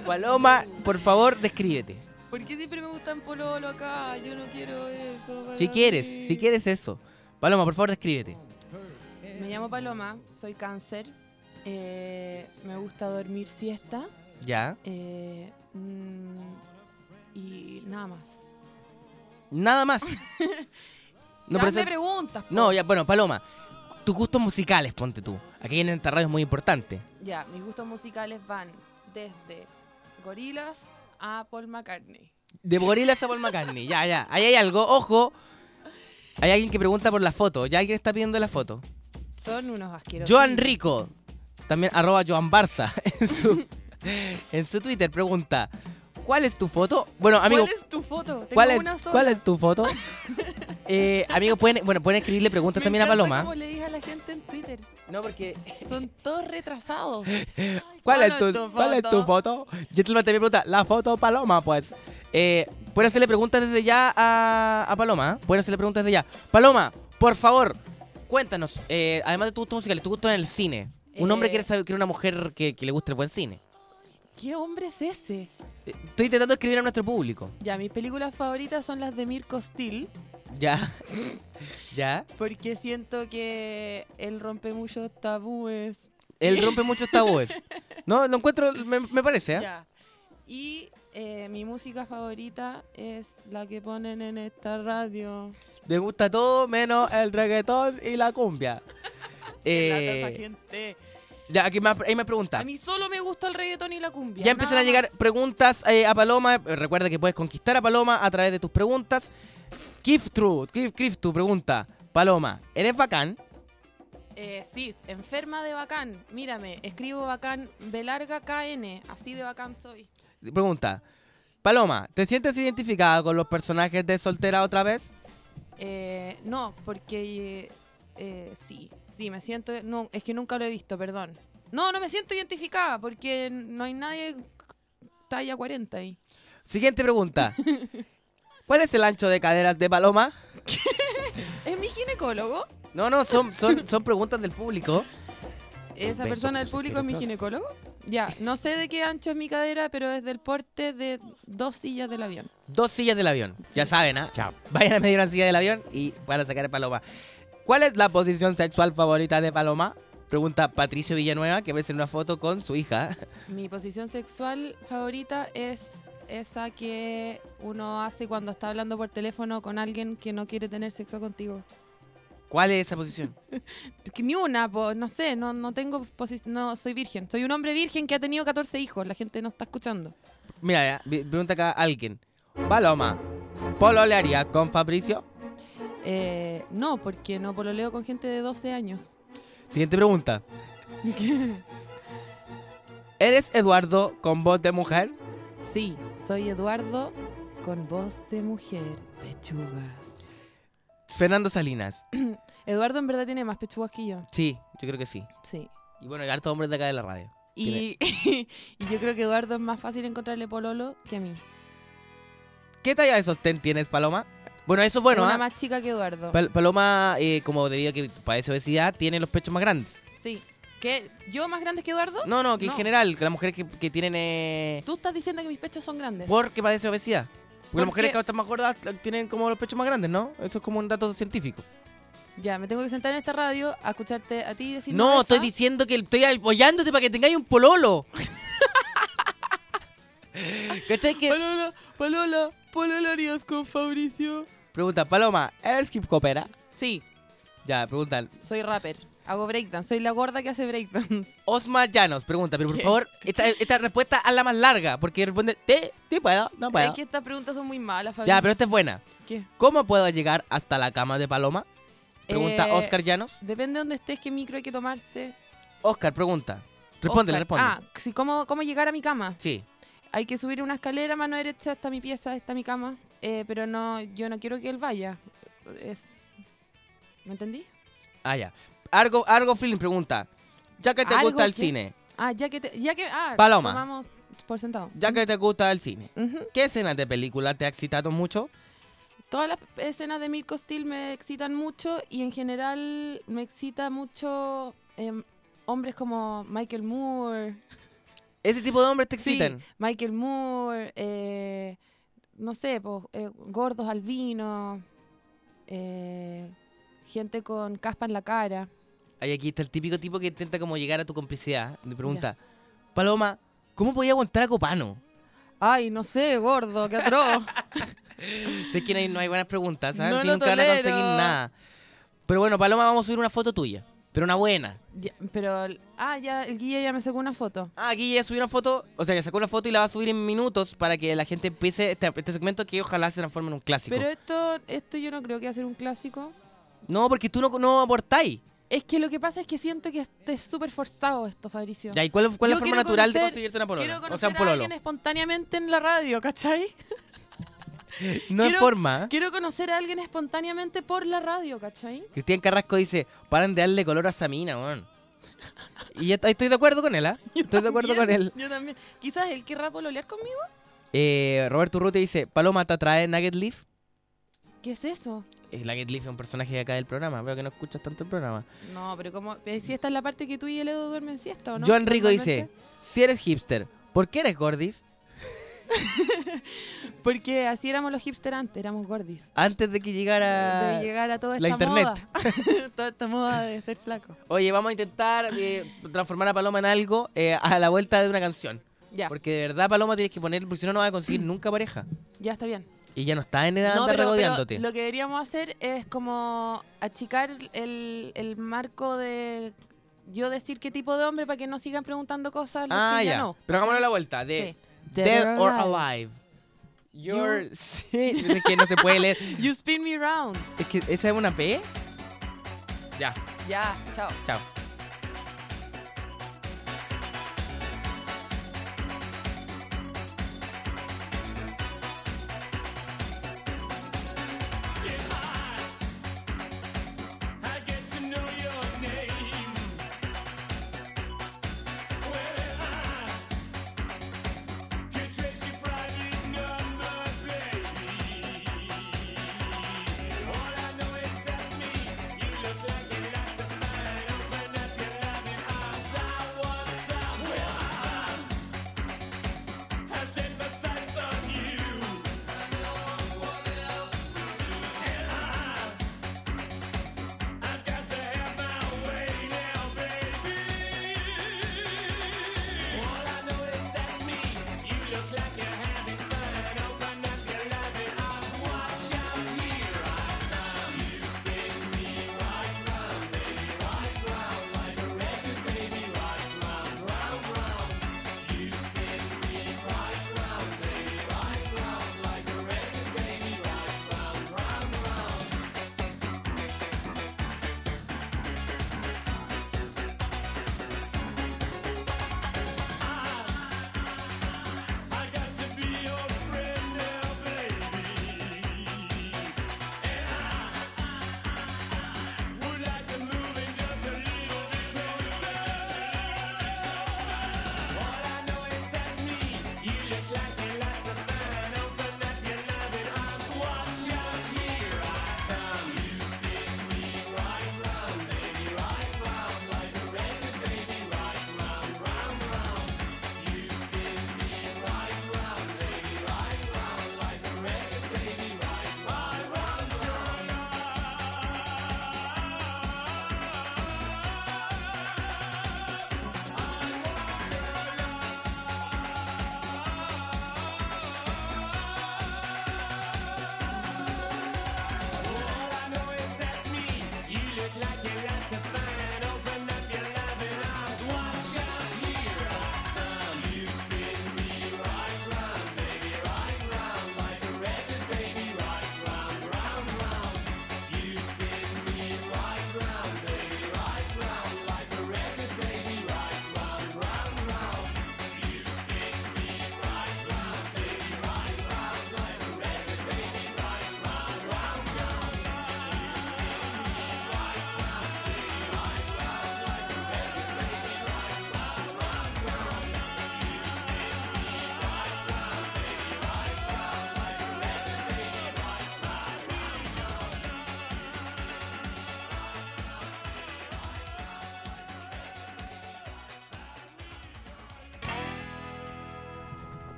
Paloma, por favor, descríbete. ¿Por qué siempre me gustan pololo acá? Yo no quiero eso. para Si quieres, mí. si quieres eso. Paloma, por favor, descríbete. Me llamo Paloma, soy cáncer. eh, me gusta dormir siesta. Ya. eh, mm, y nada más. Nada más. Ya pero me preguntas, po. No, ya, bueno, Paloma, tus gustos musicales, ponte tú. Aquí en esta radio es muy importante. Ya, mis gustos musicales van desde gorilas a Paul McCartney. De Gorillaz a Paul McCartney, ya, ya. Ahí hay algo, ojo. Hay alguien que pregunta por la foto, ya alguien está pidiendo la foto. Son unos asquerosos. Joan Rico, también arroba Joan Barza, en su, en su Twitter pregunta, ¿cuál es tu foto? Bueno, amigo, ¿Cuál es tu foto? Tengo ¿cuál es, una sola. cuál es tu foto? Eh, amigo, pueden, bueno, pueden escribirle preguntas Me también a encanta Paloma. cómo le dije a la gente en Twitter? No, porque... Son todos retrasados. ¿Cuál es tu, ¿Cuál es tu foto? Gentleman también pregunta, la foto Paloma, pues. Eh, pueden hacerle preguntas desde ya a, a Paloma, ¿eh? pueden hacerle preguntas desde ya. Paloma, por favor, cuéntanos, eh, además de tu gusto musical, tu gusto en el cine. Un hombre Eh. quiere saber, quiere una mujer que, que le guste el buen cine. Eh, ¿Qué hombre es ese? Estoy intentando escribir a nuestro público. Ya, mis películas favoritas son las de Mirko Steele. Ya. ya. Porque siento que él rompe muchos tabúes. Él rompe muchos tabúes. No, lo encuentro, me, me parece, ¿eh? Ya. Y eh, mi música favorita es la que ponen en esta radio. Me gusta todo menos el reggaetón y la cumbia. Plata esa eh, gente. ya, aquí más, hay más preguntas. A mí solo me gusta el reggaetón y la cumbia. Ya empiezan nada a llegar más. preguntas eh, a Paloma. Eh, Recuerda que puedes conquistar a Paloma a través de tus preguntas. Kiftru, Kif- Kiftru pregunta, Paloma, ¿eres bacán? Eh, sí, enferma de bacán. Mírame, escribo bacán, B larga KN. Así de bacán soy. Pregunta, Paloma, ¿te sientes identificada con los personajes de Soltera otra vez? Eh, no, porque eh, eh, sí, sí, me siento. No, es que nunca lo he visto, perdón. No, no me siento identificada porque no hay nadie talla 40 ahí. Siguiente pregunta. ¿Cuál es el ancho de caderas de Paloma? ¿Es mi ginecólogo? No, no, son, son, son preguntas del público. ¿Esa beso que persona del se público quiere es mi pronto. ginecólogo? Ya, no sé de qué ancho es mi cadera, pero es del porte de dos sillas del avión. Dos sillas del avión. Ya saben, ¿ah? Chao. Vayan a medir una silla del avión y van a sacar a Paloma. ¿Cuál es la posición sexual favorita de Paloma? Pregunta Patricio Villanueva, que aparece en una foto con su hija. Mi posición sexual favorita es esa que uno hace cuando está hablando por teléfono con alguien que no quiere tener sexo contigo. ¿Cuál es esa posición? Que Ni una, po, no sé, no, no tengo posi- no soy virgen. Soy un hombre virgen que ha tenido 14 hijos, la gente no está escuchando. Mira, ya, vi- pregunta acá alguien. Paloma, ¿Polo le haría con Fabricio? Eh, no, porque no pololeo con gente de 12 años. Siguiente pregunta. ¿Eres Eduardo con voz de mujer? sí, soy Eduardo con voz de mujer, pechugas. Fernando Salinas. Eduardo en verdad tiene más pechugas que yo. Sí, yo creo que sí. Sí. Y bueno, hay hartos hombres de acá de la radio. Y, y yo creo que Eduardo es más fácil encontrarle pololo que a mí. ¿Qué talla de sostén tienes, Paloma? Bueno, eso es bueno, Una ¿ah? más chica que Eduardo. Pal- Paloma, eh, como debido a que padece obesidad, tiene los pechos más grandes. sí. ¿Qué? ¿Yo más grande que Eduardo? No, no, que en general, que las mujeres que, que tienen... Eh, Tú estás diciendo que mis pechos son grandes. porque padece obesidad. Porque, las mujeres Porque- que están más gordas eh, tienen como los pechos más grandes, ¿no? Eso es como un dato científico. Ya, me tengo que sentar en esta radio a escucharte a ti decir. no, estoy esa. diciendo que estoy apoyándote para que tengáis un pololo. ¿Cachai que...? Polola, polola, pololarías con Fabricio. Pregunta, Paloma, ¿eres hip hopera? Sí, Ya, preguntan. soy rapper. Hago breakdance. Soy la gorda que hace breakdance. Osma Llanos pregunta, pero por favor, esta, esta respuesta hazla más larga, porque responde, te, te puedo, no puedo. Es que estas preguntas son muy malas, Fabricio. Ya, pero esta es buena. ¿Qué? ¿Cómo puedo llegar hasta la cama de Paloma? Pregunta Eh, Oscar Llanos. Depende de dónde estés, qué micro hay que tomarse. Oscar, pregunta. Respóndele, Oscar. responde. Ah, sí, ¿cómo, ¿cómo llegar a mi cama? Sí. Hay que subir una escalera, mano derecha, está mi pieza, está mi cama. Eh, pero no, yo no quiero que él vaya. Es- ¿Me entendí? Ah, ya. Argo, Argo Film pregunta. Ya que te ¿Algo gusta el que- cine, Ah, ya que te, ya que ah, Paloma. tomamos por sentado. ya que te gusta el cine, Ujú. ¿qué escenas de película te ha excitado mucho? Todas las escenas de Mirko Steel me excitan mucho y en general me excita mucho em, hombres como Michael Moore. ¿Ese tipo de hombres te Sí, excitan? Michael Moore, eh, no sé, po, eh, gordos albinos, eh, gente con caspa en la cara. Ahí aquí está el típico tipo que intenta como llegar a tu complicidad. Le pregunta, Paloma, ¿cómo podía aguantar a Copano? Ay, no sé, gordo, qué atroz. Sé que no hay, no hay buenas preguntas, ¿sabes? No Si lo nunca van a tolero. conseguir nada. Pero bueno, Paloma, vamos a subir una foto tuya. Pero una buena. Ya, pero, el- ah, ya, el guía ya me sacó una foto. Ah, aquí ya subió una foto, o sea, que sacó una foto y la va a subir en minutos para que la gente empiece este, este segmento que ojalá se transforme en un clásico. Pero esto, esto yo no creo que va a ser un clásico. No, porque tú no, no aportáis. Es que lo que pasa es que siento que este es súper forzado esto, Fabricio. Ya, ¿y cuál, cuál es la Yo forma quiero natural de conocer- conseguirte una polola? Quiero conocer o sea, un a pololo. alguien espontáneamente en la radio, ¿cachai? No hay quiero- forma. ¿eh? Quiero conocer a alguien espontáneamente por la radio, ¿cachai? Cristian Carrasco dice, paren de darle color a esa mina, weón. Y yo estoy estoy de acuerdo con él, ¿ah? Estoy de acuerdo con él. Yo también. Quizás él querrá pololear conmigo. Eh, Roberto Urrutia dice, Paloma, ¿te atrae Nugget Leaf? ¿Qué es eso? Eh, Nugget Leaf es un personaje de acá del programa, veo que no escuchas tanto el programa. No, pero como. eh, Si esta es la parte que tú y el Edo duermen siesta, ¿o no? Joan Rico dice, Normalmente. si eres hipster, ¿por qué eres gordis? Porque así éramos los hipster antes, éramos gordis. Antes de que llegara... De llegar a toda la esta internet. moda. toda esta moda de ser flaco. Oye, vamos a intentar eh, transformar a Paloma en algo eh, a la vuelta de una canción. Ya. Porque de verdad, Paloma, tienes que poner, porque si no, no vas a conseguir nunca pareja. Ya está bien. Y ya no está en edad de No, andar pero, pero regodeándote. lo que deberíamos hacer es como achicar el, el marco de yo decir qué tipo de hombre para que no sigan preguntando cosas los Ah, que ya. ya no. Pero hagámoslo a la vuelta. De Dead or Alive. You're... Sí, es que no se puede leer. You spin me round. Es que esa es una P. Ya, Ya, chao. chao. I get to know your name. Well, I could trace your private number, baby. All I know is that to me, you look like you like to find. Open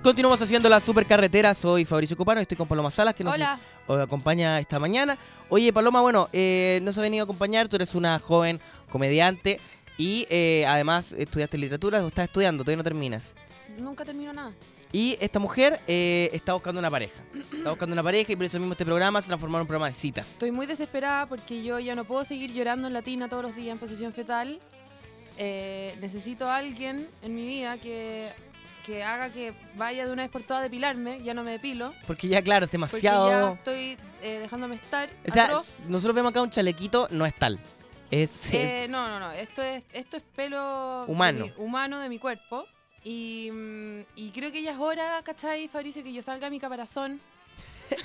Continuamos haciendo la supercarretera. Soy Fabricio Copano y estoy con Paloma Salas, que nos Hola. os acompaña esta mañana. Oye, Paloma, bueno, eh, nos ha venido a acompañar. Tú eres una joven comediante y eh, además estudiaste literatura, o estás estudiando, todavía no terminas. Nunca termino nada. Y esta mujer eh, está buscando una pareja. Está buscando una pareja y por eso mismo este programa se transformó en un programa de citas. Estoy muy desesperada porque yo ya no puedo seguir llorando en latina todos los días en posición fetal. Eh, necesito a alguien en mi vida que, que haga que vaya de una vez por todas a depilarme. Ya no me depilo. Porque ya, claro, es Porque ya demasiado. estoy eh, dejándome estar. O sea, atroz. nosotros vemos acá un chalequito, no es tal. Es, Eh, no, no, no. Esto es, esto es pelo de Humano. mi- humano de mi cuerpo. Y, mm, y creo que ya es hora, ¿cachai, Fabricio? Que yo salga a mi caparazón.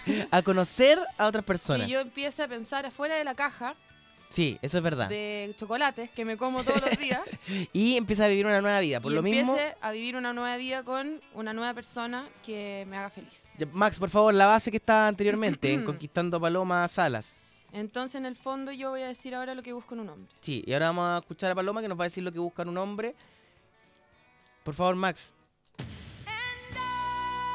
es a conocer a otras personas. Que yo empiece a pensar afuera de la caja Sí, eso es verdad. de chocolates que me como todos los días. Y empieza a vivir una nueva vida. Ah, Por y lo empiece mismo, a vivir una nueva vida con una nueva persona que me haga feliz. Ya, Max, por favor, la base que estaba anteriormente en Conquistando a Paloma Salas. Entonces, en el fondo, yo voy a decir ahora lo que busco en un hombre. Sí, y ahora vamos a escuchar a Paloma que nos va a decir lo que busca en un hombre. Por favor, Max.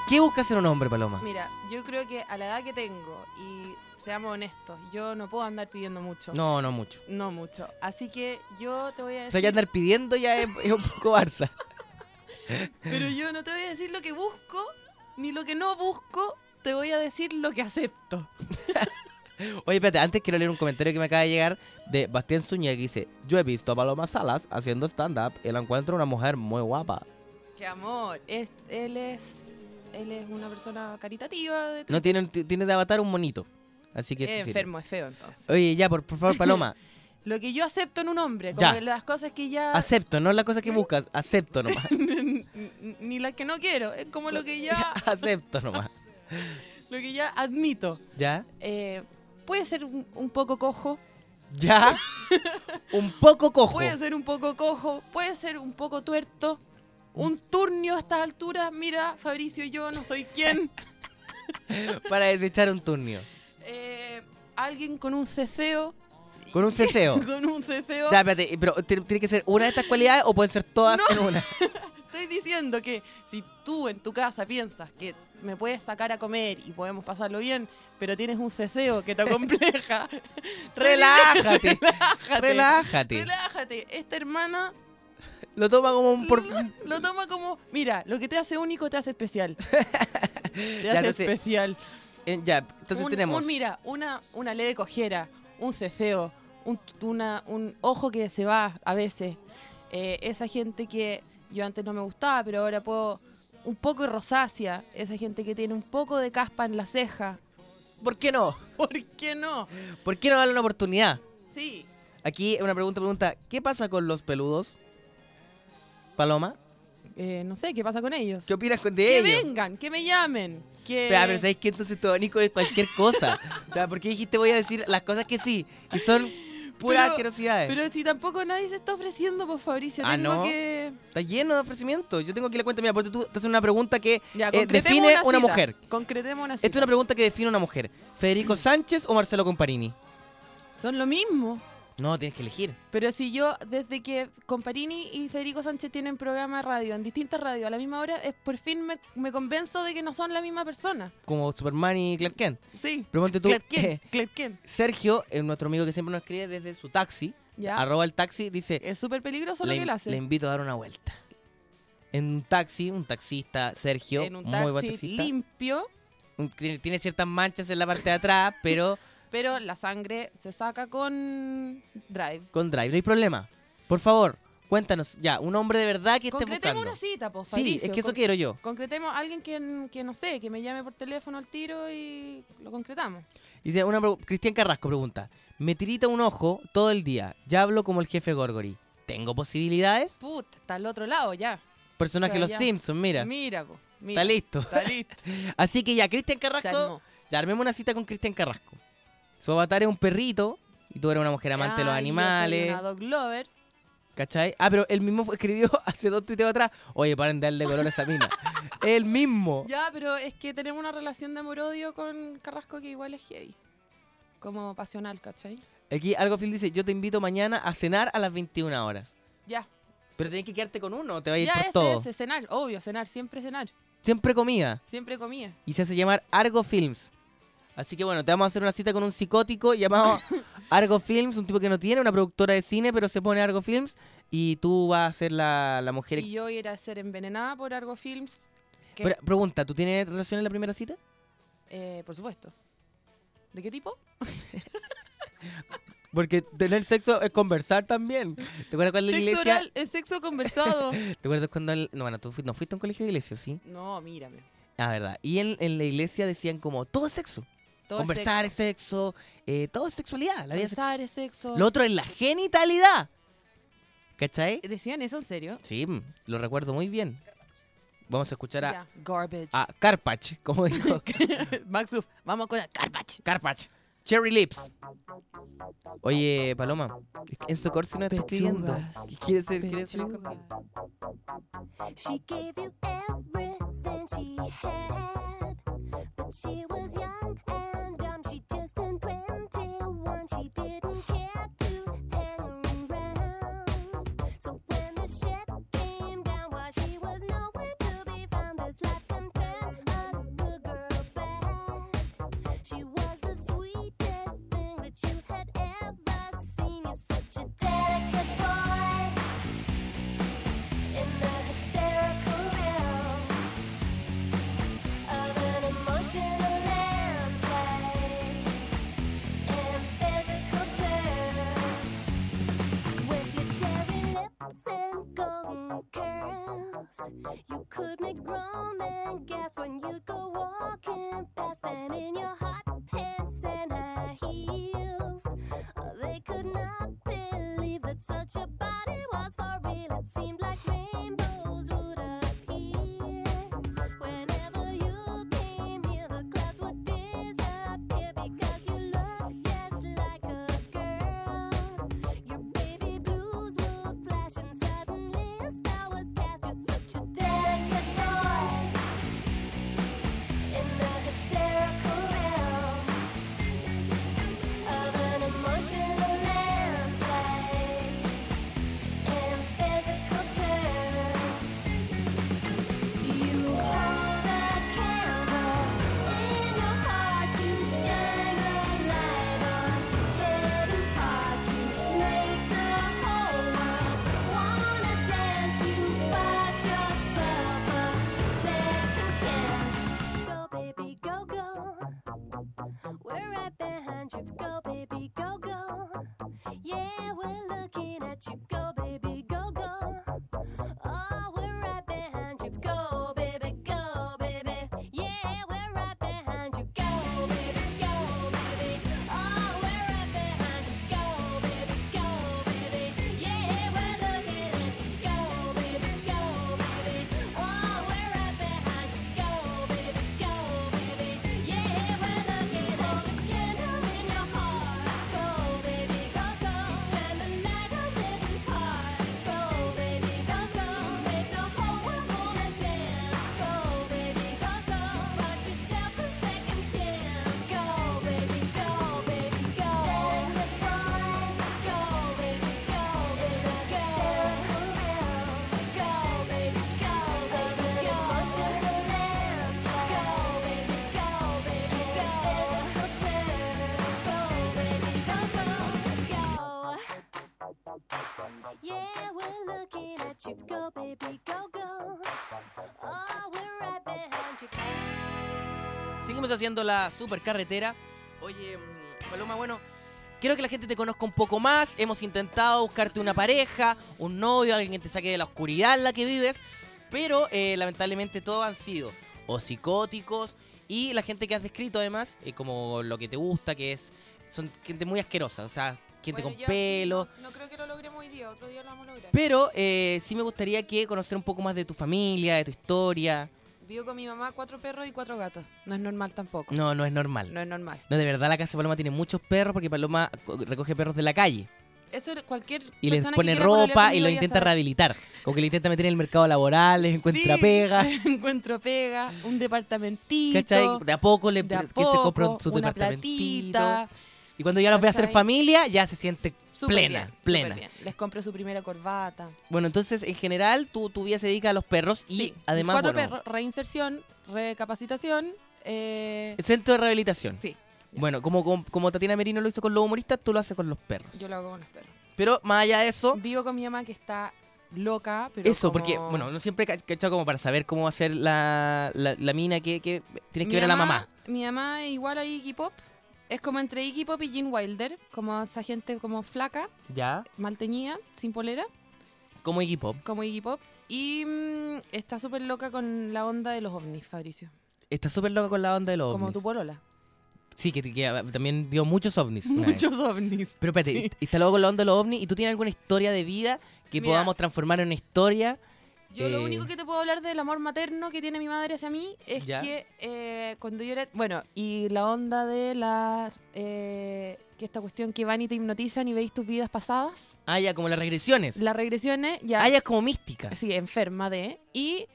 ¿Qué buscas en un hombre, Paloma? Mira, yo creo que a la edad que tengo, y seamos honestos, yo no puedo andar pidiendo mucho. No, no mucho. No mucho. Así que yo te voy a O decir. sea, ya andar pidiendo ya es, es un poco Barça. Pero yo no te voy a decir lo que busco, ni lo que no busco, te voy a decir lo que acepto. Oye, espérate, antes quiero leer un comentario que me acaba de llegar de Bastián Zúñiga que dice: Yo he visto a Paloma Salas haciendo stand-up y la encuentro una mujer muy guapa. ¡Qué amor! Es- él es. Él es una persona caritativa de No tiene, tiene de avatar un monito. Así que. Es te sirve. enfermo, es feo entonces. Oye, ya, por, por favor, Paloma. Lo que yo acepto en un hombre, como Ya. que las cosas que ya. acepto, no es la cosa que buscas. Acepto nomás. n- ni las que no quiero, es como lo que ya. acepto nomás. lo que ya admito. ¿Ya? Eh, puede ser un, un poco cojo, ¿Ya? un poco cojo. puede ser un poco cojo, puede ser un poco tuerto. Un turnio a estas alturas, mira, Fabricio, yo no soy quien. Para desechar un turnio. Eh, alguien con un ceseo. Con un ceseo. con un ceseo. Ya, espérate, pero ¿ti- ¿tiene que ser una de estas cualidades o pueden ser todas en una? Estoy diciendo que si tú en tu casa piensas que me puedes sacar a comer y podemos pasarlo bien, pero tienes un ceseo que te acompleja. Relájate. relájate. Relájate. Relájate. Esta hermana Lo toma como un... Por... lo toma como, mira, lo que te hace único te hace especial. te Ya, hace no sé. especial. Eh, ya, entonces un, tenemos... un, mira, una, una leve cojera, un ceseo, un, una- un ojo que se va a veces. Eh, esa gente que yo antes no me gustaba, pero ahora puedo. Un poco rosácea, esa gente que tiene un poco de caspa en la ceja. ¿Por qué no? ¿Por qué no? ¿Por qué no darle una oportunidad? Sí, Aquí una pregunta, pregunta, ¿qué pasa con los peludos? Paloma, eh, no sé, ¿qué pasa con ellos? ¿qué opinas con- de Que ellos? vengan, que me llamen. Que... Pero, ah, pero ¿sabes qué? Entonces tu abanico es cualquier cosa. o sea, ¿por qué dijiste voy a decir las cosas que sí? Y son puras Pero- asquerosidades. Pero si tampoco nadie se está ofreciendo, pues Fabricio, Ah, tengo ¿no? que. Está lleno de ofrecimientos. Yo tengo aquí la cuenta. Mira, porque tú te haces una pregunta que Ya, eh, concretemos define una, cita, mujer. Concretemos una cita. Esta es una pregunta que define una mujer. ¿Federico Sánchez o Marcelo Comparini? Son lo mismo. No, tienes que elegir. Pero si yo, desde que Comparini y Federico Sánchez tienen programa de radio, en distintas radios, a la misma hora, es, por fin me, me convenzo de que no son la misma persona. Como Superman y Clark Kent. Sí. Pero ponte tú, Clark Kent, eh, Clark Kent. Sergio, eh, nuestro amigo que siempre nos escribe desde su taxi, Ya. arroba el taxi, dice... Es súper peligroso lo le, que él hace. le invito a dar una vuelta. En un taxi, un taxista, Sergio, en un muy buen taxi taxista. limpio, un- tiene, tiene ciertas manchas en la parte de atrás, pero pero la sangre se saca con Drive. con drive, no hay problema. Por favor, cuéntanos ya, un hombre de verdad que esté buscando. Concretemos una cita, pues, Sí, es que eso quiero yo. Concretemos a alguien que, que no sé, que me llame por teléfono al tiro y lo concretamos. Dice, una pregu- Cristian Carrasco pregunta, me tirita un ojo todo el día, ya hablo como el jefe Gorgory. ¿Tengo posibilidades? Put, está al otro lado ya. Personaje O sea, Los ya. Simpsons, mira. Mira, po, mira. Está listo. Está listo. Así que ya, Cristian Se Carrasco, armó. ya armemos una cita con Cristian Carrasco. Su avatar es un perrito y tú eres una mujer amante de los Ay, yo soy animales. una dog lover. ¿Cachai? Ah, pero él mismo fue- escribió hace dos tuiteos atrás, oye, paren de darle color a esa mina. él mismo. Ya, pero es que tenemos una relación de amor-odio con Carrasco que igual es heavy. Como pasional, ¿cachai? Aquí Algofield dice, yo te invito mañana a cenar a las 21 horas. Ya. Pero tenés que quedarte con uno, o te va a ir ya por ese, todo. ese, cenar. Obvio, cenar, siempre cenar. Siempre comía. Siempre comía. Y se hace llamar Argo Films. Así que bueno, te vamos a hacer una cita con un psicótico llamado Argo Films, un tipo que no tiene una productora de cine, pero se pone Argo Films. Y tú vas a ser la, la mujer. Y yo era a ser envenenada por Argo Films. que- Pero, pregunta, ¿tú tienes relación en la primera cita? eh, por supuesto. ¿De qué tipo? Porque tener sexo es conversar también. ¿Te acuerdas cuando en la Sexo iglesia? oral es sexo conversado. ¿Te acuerdas cuando.? el- No, bueno, tú fui- no fuiste a un colegio de iglesia, ¿sí? no, mírame. Ah, verdad. Y en, en la iglesia decían como, todo es sexo. Todo es Conversar es sexo, eh, todo es sexualidad. La vida es sexo. Conversar es sexo. Lo otro es la genitalidad. ¿Cachai? ¿Decían eso en serio? Sí, mm, lo recuerdo muy bien. Vamos a escuchar a, Ya, Garbage. a Carpach, como dijo. Max Ruf, vamos con la Garbage. Carpach. Cherry Lips. Oye, Paloma, Enzo Corsi nos está escribiendo. ¿Quieres ser? ¿Quieres ser? She gave you everything she had, but she was young and dumb. She just turned 21. She didn't care to hang around. So when the shit came down, while she was nowhere to be found, this life can turn a good girl bad. She was the sweetest thing that you had ever seen. You're such a delicate boy in the hysterical realm of an emotional landslide in physical terms. With your cherry lips and golden curls, you could make grown men gasp when you go walking past them in your hot pants and high heels. Oh, They could not believe that such a body was for real. It seemed like rainbows would appear. Whenever you came here, the clouds would disappear because you looked just like a girl. Your baby blues would flash and suddenly a spell was cast. You're such a delicate boy in the hysterical realm of an emotional landslide in physical terms. You hold a candle in your heart to shine a light on hidden parts. You make the whole world wanna dance. You bought yourself a second chance. Go, baby, go, go. We're right behind you. Go, baby, go, go. Yeah, we're looking at you. Go, baby, go, go. Oh, we're right behind you. Go, baby, go, baby. Yeah, we're right behind you. Go, baby, go, baby. Oh, we're right behind you. Go, baby, go, baby. Yeah, we're looking at you. Go, baby, go, baby. Oh, we're right behind you. Go, baby, go, baby. Yeah, we're looking at you. Candle in your heart. Go, baby, go, go. Shine the light on living part. Go, baby, go, go. Make the whole world wanna dance. Go, baby, go, go. Got yourself a second chance. Go, baby, go, baby, go. Dance the Go, baby, go, baby, go. Go, baby, go, baby, go. Emotional dance. Go, baby, go, baby, go. Physical terror. Go, baby, go, go, go. Yeah, we're looking at you. Go, baby, go, go. Oh, we're right behind you. Seguimos haciendo la supercarretera. Oye, mm, Paloma, bueno, quiero que la gente te conozca un poco más. Hemos intentado buscarte una pareja, un novio, alguien que te saque de la oscuridad en la que vives. Pero eh, lamentablemente todos han sido o psicóticos y la gente que has descrito además, eh, como lo que te gusta, que es son gente muy asquerosa, o sea, gente Bueno, con yo pelo. No, no creo que lo logremos hoy día, otro día lo vamos a lograr. Pero eh, sí me gustaría que conocer un poco más de tu familia, de tu historia. Vivo con mi mamá cuatro perros y cuatro gatos. No es normal tampoco. No, no es normal. No es normal. No, de verdad la casa de Paloma tiene muchos perros porque Paloma co- recoge perros de la calle Eso cualquier y les persona que pone quiera pololear ropa y conmigo lo ya intenta sabe. rehabilitar. Como que le intenta meter en el mercado laboral, les encuentra Sí, pega. encuentro pega, un departamentito. ¿Cachai? De a poco le de a que se compra poco, su una departamentito. platita. Y Y cuando ya los ve a hacer ¿Cachai? familia, ya se siente Súper plena, bien, súper plena. bien. Les compro su primera corbata. Bueno, entonces, en general, tu, tu vida se dedica a los perros y además, Cuatro bueno, perros, reinserción, recapacitación. eh, centro de rehabilitación. Sí. Bueno, como, como, como Tatiana Merino lo hizo con los humoristas, tú lo haces con los perros. yo lo hago con los perros. Pero más allá de eso, Vivo con mi mamá que está loca, pero eso, como- porque, bueno, no siempre ca- cachado como para saber cómo va a ser la, la, la mina que, que tienes que Mi ver a la mamá. Mi mamá es igual a Iggy Pop. Es como entre Iggy Pop y Gene Wilder, como esa gente como flaca, Ya. mal teñida, sin polera, Como Iggy Pop. como Iggy Pop. Y mm, está súper loca con la onda de los ovnis, Fabricio. Está súper loca con la onda de los Como ovnis. tu polola. Sí, que, que, ah, también vio muchos ovnis. una vez. Muchos ovnis. Pero espérate, Sí. está loco con la onda de los ovnis y tú tienes alguna historia de vida que Mira. podamos transformar en una historia. Yo lo Eh, único que te puedo hablar del amor materno que tiene mi madre hacia mí es Ya. que eh, cuando yo era... Bueno, y la onda de la... eh, que esta cuestión que van y te hipnotizan y veis tus vidas pasadas. Ah, ya, como las regresiones. Las regresiones ya... Ah, ya es como mística. Sí, enferma de... Y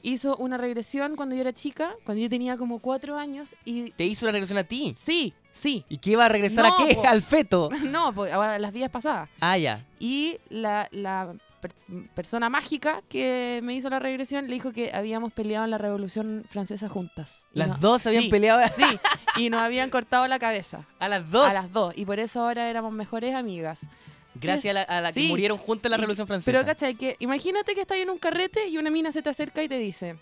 hizo una regresión cuando yo era chica, cuando yo tenía como cuatro años y... Te hizo una regresión a ti. Sí, sí. ¿Y qué iba a regresar No, a qué? po. Al feto. no, pues, a las vidas pasadas. Ah, ya. Y la, la per- persona mágica que me hizo la regresión le dijo que habíamos peleado en la Revolución Francesa juntas. Y Las no- dos habían sí, peleado. Sí, y nos habían cortado la cabeza. ¿A las dos? A las dos. Y por eso ahora éramos mejores amigas. Gracias a la, a la que Sí. murieron juntas en la Revolución Francesa. Pero, ¿cachai? Que imagínate que estás en un carrete y una mina se te acerca y te dice...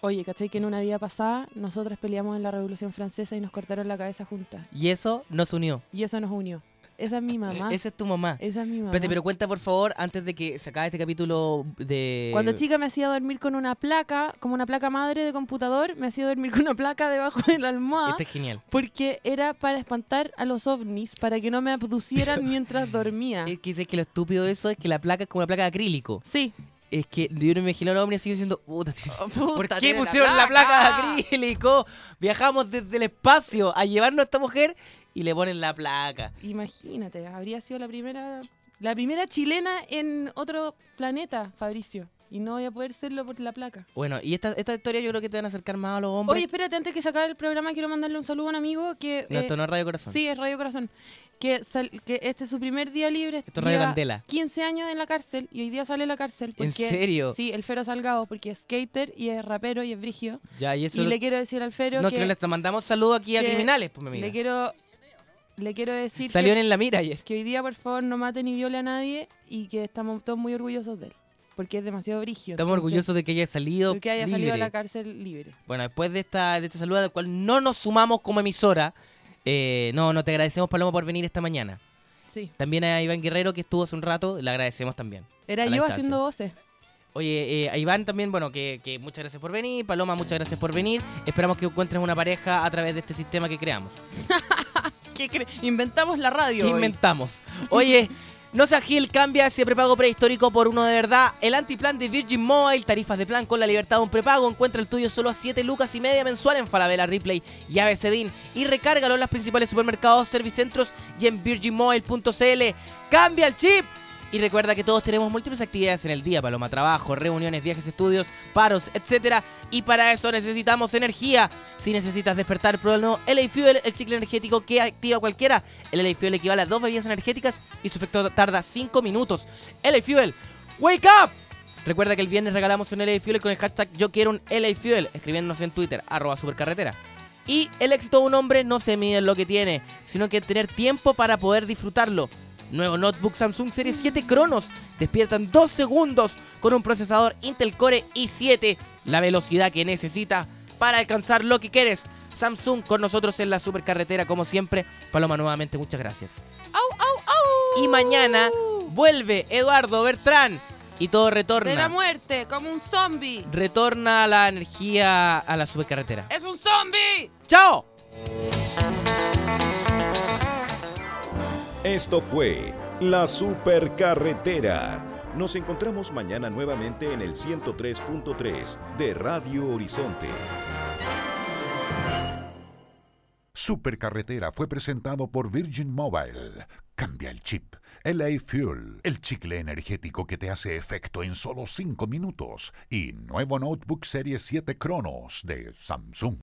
Oye, ¿cachai? Que en una vida pasada nosotras peleamos en la Revolución Francesa y nos cortaron la cabeza juntas. Y eso nos unió. Y eso nos unió. Esa es mi mamá. Eh, Esa es tu mamá. Esa es mi mamá. Espérate, pero cuenta por favor, antes de que se acabe este capítulo de. Cuando chica me hacía dormir con una placa, como una placa madre de computador, me hacía dormir con una placa debajo de la almohada. Este es genial. Porque era para espantar a los ovnis, para que no me abducieran mientras dormía. Es que dices que lo estúpido de eso es que la placa es como una placa de acrílico. Sí. Es que yo no me imagino a un hombre así diciendo, puta, tío, ¿por qué Oh, tiene la pusieron la placa placa?" de acrílico? Viajamos desde el espacio a llevarnos a esta mujer y le ponen la placa. Imagínate, habría sido la primera, la primera chilena en otro planeta, Fabricio. Y no voy a poder serlo por la placa. Bueno, y esta, esta historia yo creo que te van a acercar más a los hombres. Oye, espérate, antes que se acabe el programa, quiero mandarle un saludo a un amigo que. eh, No, esto no es Radio Corazón. Sí, es Radio Corazón. Que, sal- que este es su primer día libre. Esto es Radio lleva Candela. 15 años en la cárcel y hoy día sale de la cárcel. ¿En porque- serio? Sí, el Fero Salgado, porque es skater y es rapero y es brigio. ya, y eso. Y le quiero decir al Fero no, que. que les mandamos saludos aquí a que criminales, pues, mi amiga. Le quiero, le quiero decir. Salieron que- en la mira ayer. Que hoy día, por favor, no mate ni viole a nadie y que estamos todos muy orgullosos de él. Porque es demasiado brigio. Estamos orgullosos de que haya salido. que haya salido de libre. la cárcel libre. Bueno, después de esta, de esta saluda, al cual no nos sumamos como emisora, eh, no, no te agradecemos, Paloma, por venir esta mañana. Sí. También a Iván Guerrero, que estuvo hace un rato, le agradecemos también. Era a la yo instancia. haciendo voces. Oye, eh, a Iván también, bueno, que, que muchas gracias por venir. Paloma, muchas gracias por venir. Esperamos que encuentres una pareja a través de este sistema que creamos. ¿Qué cre- Inventamos la radio. ¿Qué hoy. inventamos? Oye, no sea Gil, cambia ese prepago prehistórico por uno de verdad. El antiplan de Virgin Mobile, tarifas de plan con la libertad de un prepago. Encuentra el tuyo solo a 7 lucas y media mensual en Falabella Replay y ABCDIN. Y recárgalo en las principales supermercados, servicentros y en virginmobile.cl. Cambia el chip. Y recuerda que todos tenemos múltiples actividades en el día, Paloma, trabajo, reuniones, viajes, estudios, paros, etcétera, y para eso necesitamos energía. Si necesitas despertar, prueba el nuevo LA Fuel, el chicle energético que activa cualquiera. El LA Fuel equivale a dos bebidas energéticas y su efecto tarda 5 minutos. LA Fuel, wake up. Recuerda que el viernes regalamos un LA Fuel con el hashtag yo quiero un LA Fuel, escribiéndonos en Twitter, arroba supercarretera. Y el éxito de un hombre no se mide en lo que tiene, sino que tener tiempo para poder disfrutarlo. Nuevo notebook Samsung Serie 7 Cronos. Despiertan 2 segundos con un procesador Intel Core i7. La velocidad que necesita para alcanzar lo que quieres. Samsung con nosotros en la supercarretera como siempre. Paloma, nuevamente muchas gracias. Y mañana vuelve Eduardo Bertrán y todo retorna. De la muerte, como un zombie. Retorna la energía a la supercarretera. ¡Es un zombie! ¡Chao! Esto fue La Supercarretera. Nos encontramos mañana nuevamente en el 103.3 de Radio Horizonte. Supercarretera fue presentado por Virgin Mobile. Cambia el chip. LA Fuel, el chicle energético que te hace efecto en solo 5 minutos. Y nuevo notebook Serie 7 Cronos de Samsung.